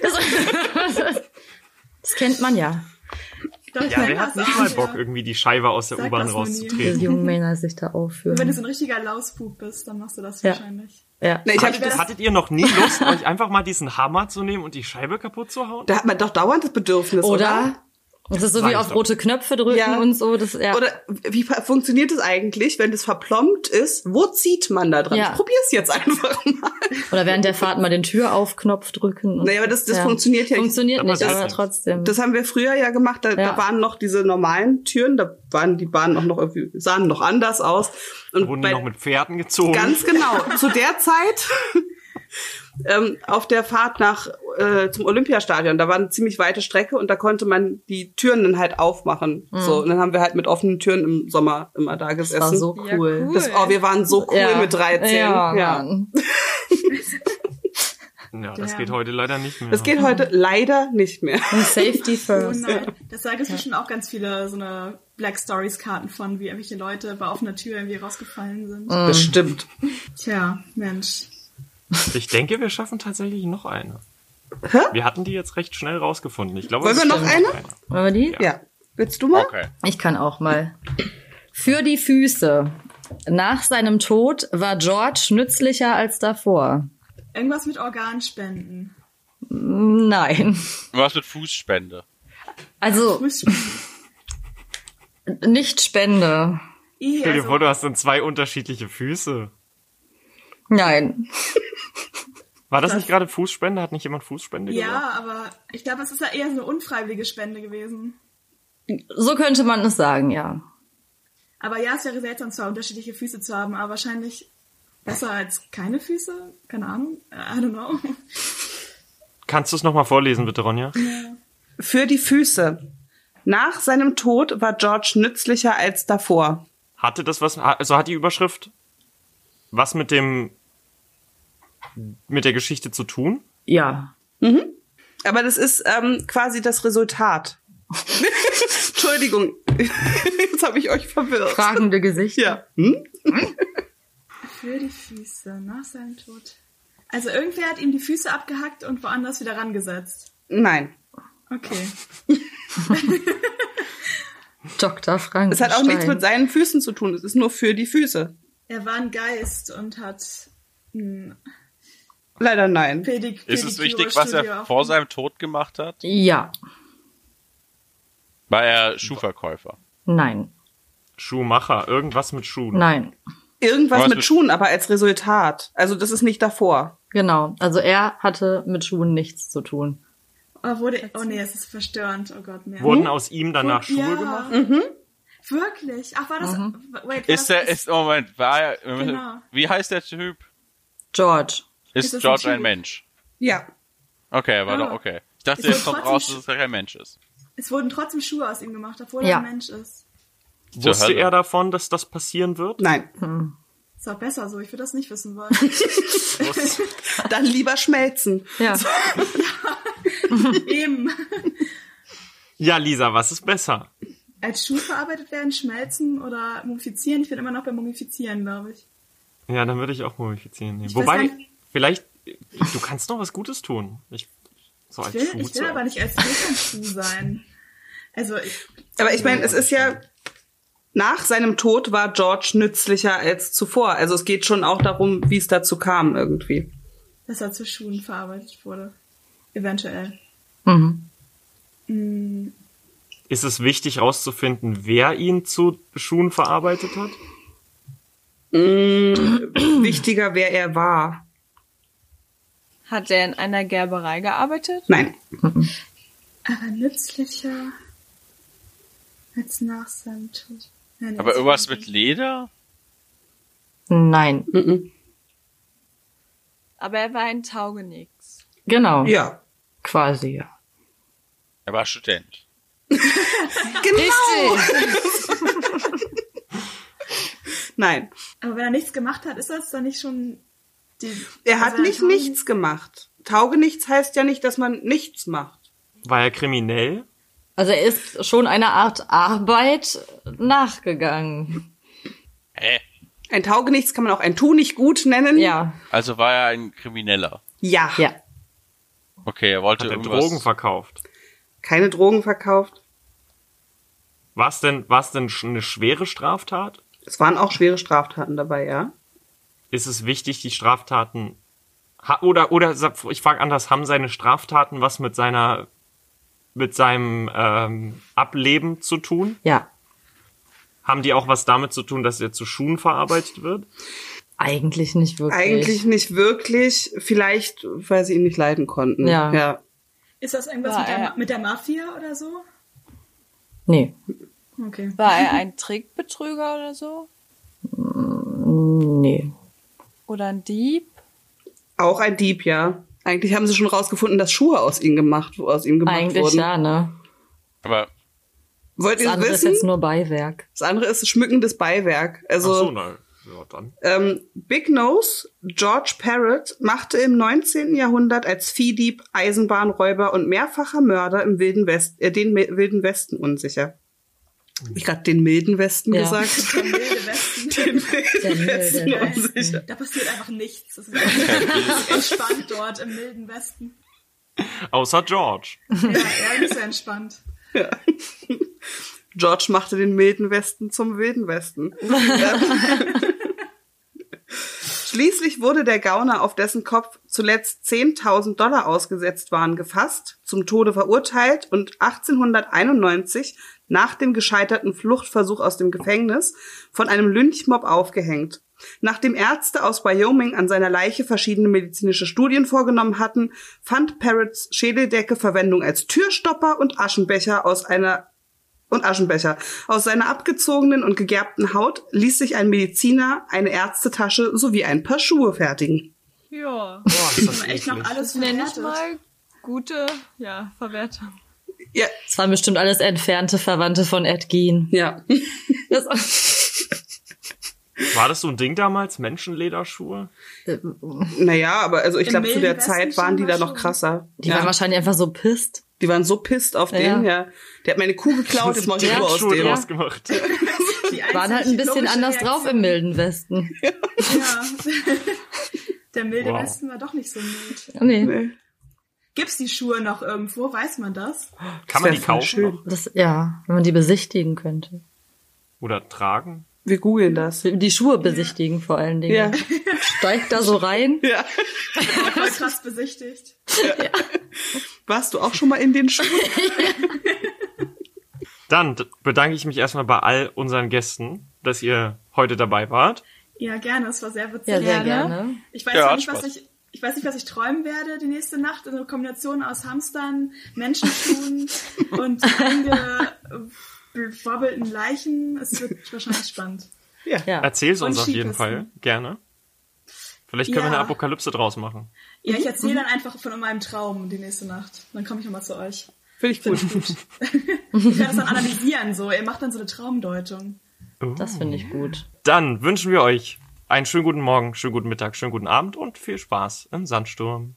Speaker 3: Das, das kennt man ja.
Speaker 4: Doch,
Speaker 1: Ja,
Speaker 4: nein,
Speaker 1: wer hat
Speaker 4: das
Speaker 1: nicht
Speaker 4: auch,
Speaker 1: mal
Speaker 4: ja.
Speaker 1: Bock, irgendwie die Scheibe aus der
Speaker 4: Sag
Speaker 1: U-Bahn
Speaker 4: das noch nie.
Speaker 3: Wie
Speaker 1: rauszutreten?
Speaker 3: die jungen Männer sich da
Speaker 4: Wenn du
Speaker 3: aufführen.
Speaker 4: so ein richtiger Lausbub bist, dann machst du das
Speaker 3: Ja.
Speaker 4: wahrscheinlich.
Speaker 3: Ja.
Speaker 2: Na, ich hab,
Speaker 1: Hattet, hattet ihr noch nie Lust, euch einfach mal diesen Hammer zu nehmen und die Scheibe kaputt zu hauen?
Speaker 2: da hat man doch dauernd das Bedürfnis, oder?
Speaker 3: Oder? Das ist so
Speaker 1: Sag
Speaker 3: wie
Speaker 1: ich
Speaker 3: auf
Speaker 1: doch.
Speaker 3: rote Knöpfe drücken
Speaker 2: Ja.
Speaker 3: und so. Das, ja.
Speaker 2: Oder wie fa- funktioniert es eigentlich, wenn das verplombt ist? Wo zieht man da dran?
Speaker 3: Ja.
Speaker 2: Ich probier's jetzt [laughs] einfach mal.
Speaker 3: Oder während der Fahrt mal den Türaufknopf drücken. und-
Speaker 2: Naja, aber das- das funktioniert ja nicht.
Speaker 3: Funktioniert
Speaker 1: Aber
Speaker 3: nicht,
Speaker 1: das-
Speaker 3: aber trotzdem.
Speaker 2: Das haben wir früher ja gemacht. Da, da
Speaker 3: Ja.
Speaker 2: waren noch diese normalen Türen, da waren die Bahnen auch noch irgendwie, sahen noch anders aus. Und
Speaker 1: Wurden die
Speaker 2: bei-
Speaker 1: noch mit Pferden gezogen?
Speaker 2: Ganz genau. Zu der Zeit ähm, auf der Fahrt nach äh, zum Olympiastadion, da war eine ziemlich weite Strecke und da konnte man die Türen dann halt aufmachen. So, und dann haben wir halt mit offenen Türen im Sommer immer da gesessen.
Speaker 3: Hm. war so
Speaker 6: Ja,
Speaker 3: cool.
Speaker 6: cool.
Speaker 2: Das, oh, wir waren so cool
Speaker 3: Ja.
Speaker 2: mit 13.
Speaker 3: Ja,
Speaker 2: Ja,
Speaker 3: Mann.
Speaker 1: ja, das
Speaker 4: Ja.
Speaker 1: geht heute leider nicht mehr.
Speaker 2: Das geht heute leider nicht mehr.
Speaker 3: Und
Speaker 2: [laughs]
Speaker 3: Safety
Speaker 4: Oh
Speaker 3: first.
Speaker 4: nein, das da gibt es bestimmt auch ganz viele so eine Black Stories Karten von, wie irgendwelche Leute bei offener Tür irgendwie rausgefallen sind.
Speaker 2: Bestimmt.
Speaker 4: Tja, Mensch.
Speaker 1: Ich denke, wir schaffen tatsächlich noch eine.
Speaker 2: Hä?
Speaker 1: Wir hatten die jetzt recht schnell rausgefunden. Ich glaube,
Speaker 2: Wollen
Speaker 1: es
Speaker 2: wir noch
Speaker 1: stimmt
Speaker 2: eine?
Speaker 3: Wollen wir die?
Speaker 2: Ja. Willst du mal?
Speaker 5: Okay.
Speaker 3: Ich kann auch mal. Für die Füße. Nach seinem Tod war George nützlicher als davor.
Speaker 4: Irgendwas mit Organspenden.
Speaker 3: Nein.
Speaker 5: Was mit Fußspende?
Speaker 3: Also
Speaker 4: Fußspenden.
Speaker 3: nicht Spende.
Speaker 4: Ih,
Speaker 1: Stell dir
Speaker 4: also,
Speaker 1: vor, du hast dann zwei unterschiedliche Füße.
Speaker 3: Nein.
Speaker 1: War das nicht gerade Fußspende? Hat nicht jemand Fußspende gesagt?
Speaker 4: ja, aber ich glaube, es ist ja eher so eine unfreiwillige Spende gewesen.
Speaker 3: So könnte man es sagen, ja.
Speaker 4: Aber ja, es wäre seltsam, zwar unterschiedliche Füße zu haben, aber wahrscheinlich besser als keine Füße. Keine Ahnung. I don't know.
Speaker 1: Kannst du es nochmal vorlesen, bitte, Ronja?
Speaker 2: Für die Füße. Nach seinem Tod war George nützlicher als davor.
Speaker 1: Hatte das was, also hat die Überschrift was mit dem, mit der Geschichte zu tun?
Speaker 3: Ja.
Speaker 2: Aber das ist ähm, quasi das Resultat. Entschuldigung, jetzt habe ich euch verwirrt.
Speaker 3: Fragende Gesichter.
Speaker 2: [laughs] Ja. Hm?
Speaker 4: Für die Füße nach seinem Tod. Also irgendwer hat ihm die Füße abgehackt und woanders wieder rangesetzt.
Speaker 2: Nein.
Speaker 4: Okay.
Speaker 3: Dr. Frank.
Speaker 2: Es hat auch nichts mit seinen Füßen zu tun. Es ist nur für die Füße.
Speaker 4: Er war ein Geist und hat ein
Speaker 2: Leider nein.
Speaker 4: Pedik
Speaker 5: Ist es wichtig, was er vor seinem Tod gemacht hat?
Speaker 3: Ja.
Speaker 5: War er Schuhverkäufer?
Speaker 3: Nein.
Speaker 1: Schuhmacher, irgendwas mit Schuhen.
Speaker 3: Nein.
Speaker 2: Irgendwas
Speaker 5: Was
Speaker 2: mit
Speaker 5: mit-
Speaker 2: Schuhen, aber als Resultat. Also das ist nicht davor.
Speaker 3: Genau. Also er hatte mit Schuhen nichts zu tun.
Speaker 4: Oh, wurde, oh nee, es ist verstörend. Oh Gott, mehr.
Speaker 1: Wurden aus ihm danach Schuhe
Speaker 4: ja.
Speaker 1: gemacht?
Speaker 4: Wirklich? Ach, war das... Wait, war
Speaker 5: Ist
Speaker 4: das,
Speaker 5: er, ist, oh Moment, war er,
Speaker 4: Genau.
Speaker 5: wie heißt der Typ?
Speaker 3: George.
Speaker 5: Ist,
Speaker 4: Ist es
Speaker 5: George
Speaker 4: ein
Speaker 5: ein,
Speaker 4: Typ?
Speaker 5: Mensch?
Speaker 2: Ja.
Speaker 5: Okay, er war
Speaker 4: Ah.
Speaker 5: doch, okay. Ich dachte,
Speaker 4: Es wurde
Speaker 5: jetzt kommt
Speaker 4: trotzdem
Speaker 5: raus,
Speaker 4: Sch-
Speaker 5: dass es kein Mensch ist.
Speaker 4: Es wurden trotzdem Schuhe aus ihm gemacht, obwohl
Speaker 3: Ja.
Speaker 4: er ein Mensch ist.
Speaker 5: Zur
Speaker 1: Wusste
Speaker 5: Hölle.
Speaker 1: er davon, dass das passieren wird?
Speaker 2: Nein.
Speaker 4: Ist doch besser so, ich will das nicht wissen [laughs] wollen.
Speaker 2: Dann lieber schmelzen.
Speaker 3: Ja.
Speaker 4: Eben. [laughs]
Speaker 1: Ja, Lisa, was ist besser?
Speaker 4: Als Schuh verarbeitet werden, schmelzen oder mumifizieren. Ich bin immer noch beim Mumifizieren, glaube ich.
Speaker 1: Ja, dann würde ich auch mumifizieren nehmen.
Speaker 4: Ich weiß gar
Speaker 1: Wobei,
Speaker 4: nicht-
Speaker 1: vielleicht, du kannst noch was Gutes tun. Ich, so als
Speaker 4: Ich will,
Speaker 1: Schuh
Speaker 4: ich
Speaker 1: zu
Speaker 4: will aber nicht als Schuh sein. Also ich,
Speaker 2: Aber ich meine, es ist ja Nach seinem Tod war George nützlicher als zuvor. Also es geht schon auch darum, wie es dazu kam irgendwie.
Speaker 4: dass er zu Schuhen verarbeitet wurde. Eventuell.
Speaker 3: Mhm.
Speaker 1: Ist es wichtig herauszufinden, wer ihn zu Schuhen verarbeitet hat?
Speaker 2: Mm, Wichtiger, wer er war.
Speaker 6: Hat er in einer Gerberei gearbeitet?
Speaker 2: Nein.
Speaker 4: Aber nützlicher als nach seinem Tod. Nein,
Speaker 5: Aber
Speaker 4: als-
Speaker 5: irgendwas mit Leder?
Speaker 3: Nein.
Speaker 6: Aber er war ein Taugenix.
Speaker 3: Genau.
Speaker 2: Ja.
Speaker 3: Quasi, ja.
Speaker 5: Er war Student.
Speaker 3: Richtig.
Speaker 2: [laughs] Nein.
Speaker 4: Aber wenn er nichts gemacht hat, ist das dann nicht schon die.
Speaker 2: Er hat
Speaker 4: also
Speaker 2: nicht
Speaker 4: Taugen-
Speaker 2: nichts gemacht. Taugenichts heißt ja nicht, dass man nichts macht.
Speaker 1: War er kriminell?
Speaker 3: Also er ist schon einer Art Arbeit nachgegangen.
Speaker 5: Hä?
Speaker 2: Ein Taugenichts kann man auch ein Tu nicht gut nennen.
Speaker 3: Ja.
Speaker 5: Also war er ein Krimineller.
Speaker 2: Ja.
Speaker 3: Ja.
Speaker 5: Okay, er wollte
Speaker 1: Hat er
Speaker 5: irgendwas.
Speaker 1: Drogen verkauft?
Speaker 2: Keine Drogen verkauft.
Speaker 1: War es denn, war's denn sch- eine schwere Straftat?
Speaker 2: Es waren auch schwere Straftaten dabei, ja.
Speaker 1: Ist es wichtig, die Straftaten. Ha oder, oder sa- ich frage anders, haben seine Straftaten was mit seiner mit seinem ähm, Ableben zu tun?
Speaker 3: Ja.
Speaker 1: Haben die auch was damit zu tun, dass er zu Schuhen verarbeitet wird?
Speaker 3: Eigentlich nicht wirklich.
Speaker 2: Eigentlich nicht wirklich. Vielleicht, weil sie ihn nicht leiden konnten.
Speaker 3: Ja.
Speaker 2: ja.
Speaker 4: Ist das irgendwas
Speaker 6: War
Speaker 4: mit der,
Speaker 6: er-
Speaker 4: Ma- mit der Mafia oder so?
Speaker 3: Nee.
Speaker 2: [laughs]
Speaker 4: Okay.
Speaker 6: War er ein Trickbetrüger oder so?
Speaker 3: Nee.
Speaker 6: Oder ein Dieb?
Speaker 2: Auch ein Dieb, ja. Eigentlich haben sie schon rausgefunden, dass Schuhe aus ihm gemacht, aus ihm gemacht
Speaker 3: Eigentlich
Speaker 2: wurden.
Speaker 3: ja, ne?
Speaker 5: Aber
Speaker 2: Wollt
Speaker 3: Das
Speaker 2: ihr
Speaker 3: andere ist
Speaker 2: wissen?
Speaker 3: jetzt
Speaker 2: [laughs]
Speaker 3: nur Beiwerk.
Speaker 2: Das andere ist schmückendes Beiwerk. Also
Speaker 1: Ach so, ne? na, ja, dann.
Speaker 2: ähm, Big Nose, George Parrot, machte im 19. Jahrhundert als Viehdieb, Eisenbahnräuber und mehrfacher Mörder im Wilden Westen, äh, den Mi- Wilden Westen unsicher. Hab Ich gerade den Milden Westen
Speaker 3: Ja.
Speaker 2: gesagt.
Speaker 4: Der wilde Westen.
Speaker 2: Den Wilden
Speaker 3: milde
Speaker 2: Westen
Speaker 3: Westen.
Speaker 2: unsicher.
Speaker 4: Da passiert einfach
Speaker 5: [laughs]
Speaker 4: nichts. Es ist einfach entspannt dort im milden Westen.
Speaker 1: Außer George.
Speaker 4: Ja, ja, ist ja entspannt.
Speaker 2: George machte den milden Westen zum wilden Westen. Schließlich wurde der Gauner, auf dessen Kopf zuletzt 10.000 Dollar ausgesetzt waren, gefasst, zum Tode verurteilt und 1891 nach dem gescheiterten Fluchtversuch aus dem Gefängnis von einem Lynchmob aufgehängt. Nachdem Ärzte aus Wyoming an seiner Leiche verschiedene medizinische Studien vorgenommen hatten, fand Parrots Schädeldecke Verwendung als Türstopper und Aschenbecher aus einer und Aschenbecher. Aus seiner abgezogenen und gegerbten Haut ließ sich ein Mediziner, eine Ärztetasche sowie ein paar Schuhe fertigen.
Speaker 6: Ja.
Speaker 1: Boah, ist
Speaker 2: [laughs]
Speaker 1: das
Speaker 4: Ich glaube,
Speaker 1: eklig.
Speaker 4: alles
Speaker 6: [laughs] Nenn ich
Speaker 4: verwertet.
Speaker 6: mal gute, ja, Verwertung.
Speaker 2: Ja,
Speaker 3: Das waren bestimmt alles entfernte Verwandte von Ed Gein.
Speaker 2: [laughs] ja.
Speaker 3: Das,
Speaker 1: War das so ein Ding damals? Menschenlederschuhe?
Speaker 2: Naja, aber also ich
Speaker 4: Im
Speaker 2: glaube, zu der
Speaker 4: Wilden
Speaker 2: Zeit
Speaker 4: Westen
Speaker 2: waren die da
Speaker 4: schon mal
Speaker 2: noch
Speaker 4: schon.
Speaker 2: krasser.
Speaker 3: die
Speaker 2: ja.
Speaker 3: waren wahrscheinlich einfach so pisst.
Speaker 2: die waren so pisst auf den, ja. Der hat meine Kuh geklaut, jetzt mach ich
Speaker 3: Ja,
Speaker 2: Schuhe aus
Speaker 1: Schuhe
Speaker 2: dem.
Speaker 1: draus gemacht.
Speaker 4: Die
Speaker 3: Waren halt ein
Speaker 4: einzige
Speaker 3: bisschen
Speaker 4: logische
Speaker 3: anders drauf im milden Westen.
Speaker 4: Reaktion. Ja. Der milde
Speaker 1: Wow.
Speaker 4: Westen war doch nicht so mild.
Speaker 3: [laughs] Nee.
Speaker 2: Nee.
Speaker 4: Gibt's die Schuhe noch irgendwo? Weiß
Speaker 5: [laughs]
Speaker 4: man das?
Speaker 1: Kann man
Speaker 2: wär
Speaker 1: die
Speaker 2: voll
Speaker 1: kaufen
Speaker 2: schön.
Speaker 1: noch?
Speaker 3: Das, ja, wenn man die besichtigen könnte.
Speaker 1: oder tragen?
Speaker 2: Wir googeln das.
Speaker 3: Die Schuhe besichtigen vor allen Dingen.
Speaker 2: Ja.
Speaker 3: Steigt da so rein.
Speaker 2: [laughs] Ja.
Speaker 4: Voll krass besichtigt.
Speaker 2: Warst du auch schon mal in den Schuhen?
Speaker 1: Dann d- bedanke ich mich erstmal bei all unseren Gästen, dass ihr heute dabei wart.
Speaker 4: Ja, gerne. Es war sehr witzig.
Speaker 3: Ja, sehr
Speaker 6: Gerne.
Speaker 3: gerne.
Speaker 4: Ich weiß
Speaker 5: Ja,
Speaker 4: noch
Speaker 5: hat
Speaker 4: nicht, was
Speaker 5: Spaß.
Speaker 4: ich, ich weiß nicht, was ich träumen werde die nächste Nacht. Eine Kombination aus Hamstern,
Speaker 5: [laughs]
Speaker 4: Menschenschuhen und eingewobbelten Leichen. Es wird wahrscheinlich spannend.
Speaker 3: Ja.
Speaker 1: Erzähl's uns
Speaker 4: Und
Speaker 1: auf jeden
Speaker 4: Skipisten.
Speaker 1: Fall gerne. Vielleicht können wir
Speaker 4: Ja.
Speaker 1: eine Apokalypse draus machen.
Speaker 4: Ja, ich erzähle dann einfach von meinem Traum die nächste Nacht. Dann komme ich nochmal zu euch.
Speaker 2: Finde ich gut.
Speaker 4: Ich werde das dann analysieren, so. Ihr macht dann so eine Traumdeutung.
Speaker 3: Das finde ich gut.
Speaker 1: Dann wünschen wir euch einen schönen guten Morgen, schönen guten Mittag, schönen guten Abend und viel Spaß im Sandsturm.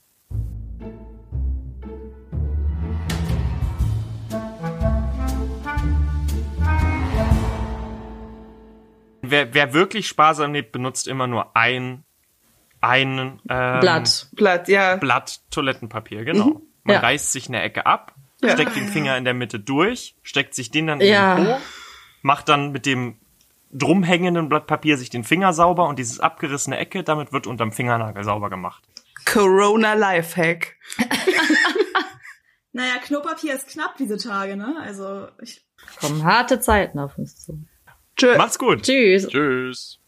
Speaker 1: Wer, wer wirklich sparsam lebt, benutzt immer nur ein, ein ähm,
Speaker 3: Blatt. Mhm.
Speaker 2: Blatt, ja.
Speaker 1: Blatt Toilettenpapier, genau. Man
Speaker 3: Ja.
Speaker 1: reißt sich eine Ecke ab, steckt den Finger in der Mitte durch, steckt sich den dann
Speaker 3: Ja.
Speaker 1: in den Po, macht dann mit dem drumhängenden Blatt Papier sich den Finger sauber und dieses abgerissene Ecke, damit wird unterm Fingernagel sauber gemacht.
Speaker 2: Corona Lifehack.
Speaker 4: Naja, Klopapier ist knapp diese Tage, ne? Also ich,
Speaker 3: Kommen harte Zeiten auf uns zu.
Speaker 2: Tschö.
Speaker 1: Macht's gut!
Speaker 3: Tschüss.
Speaker 5: Tschüss.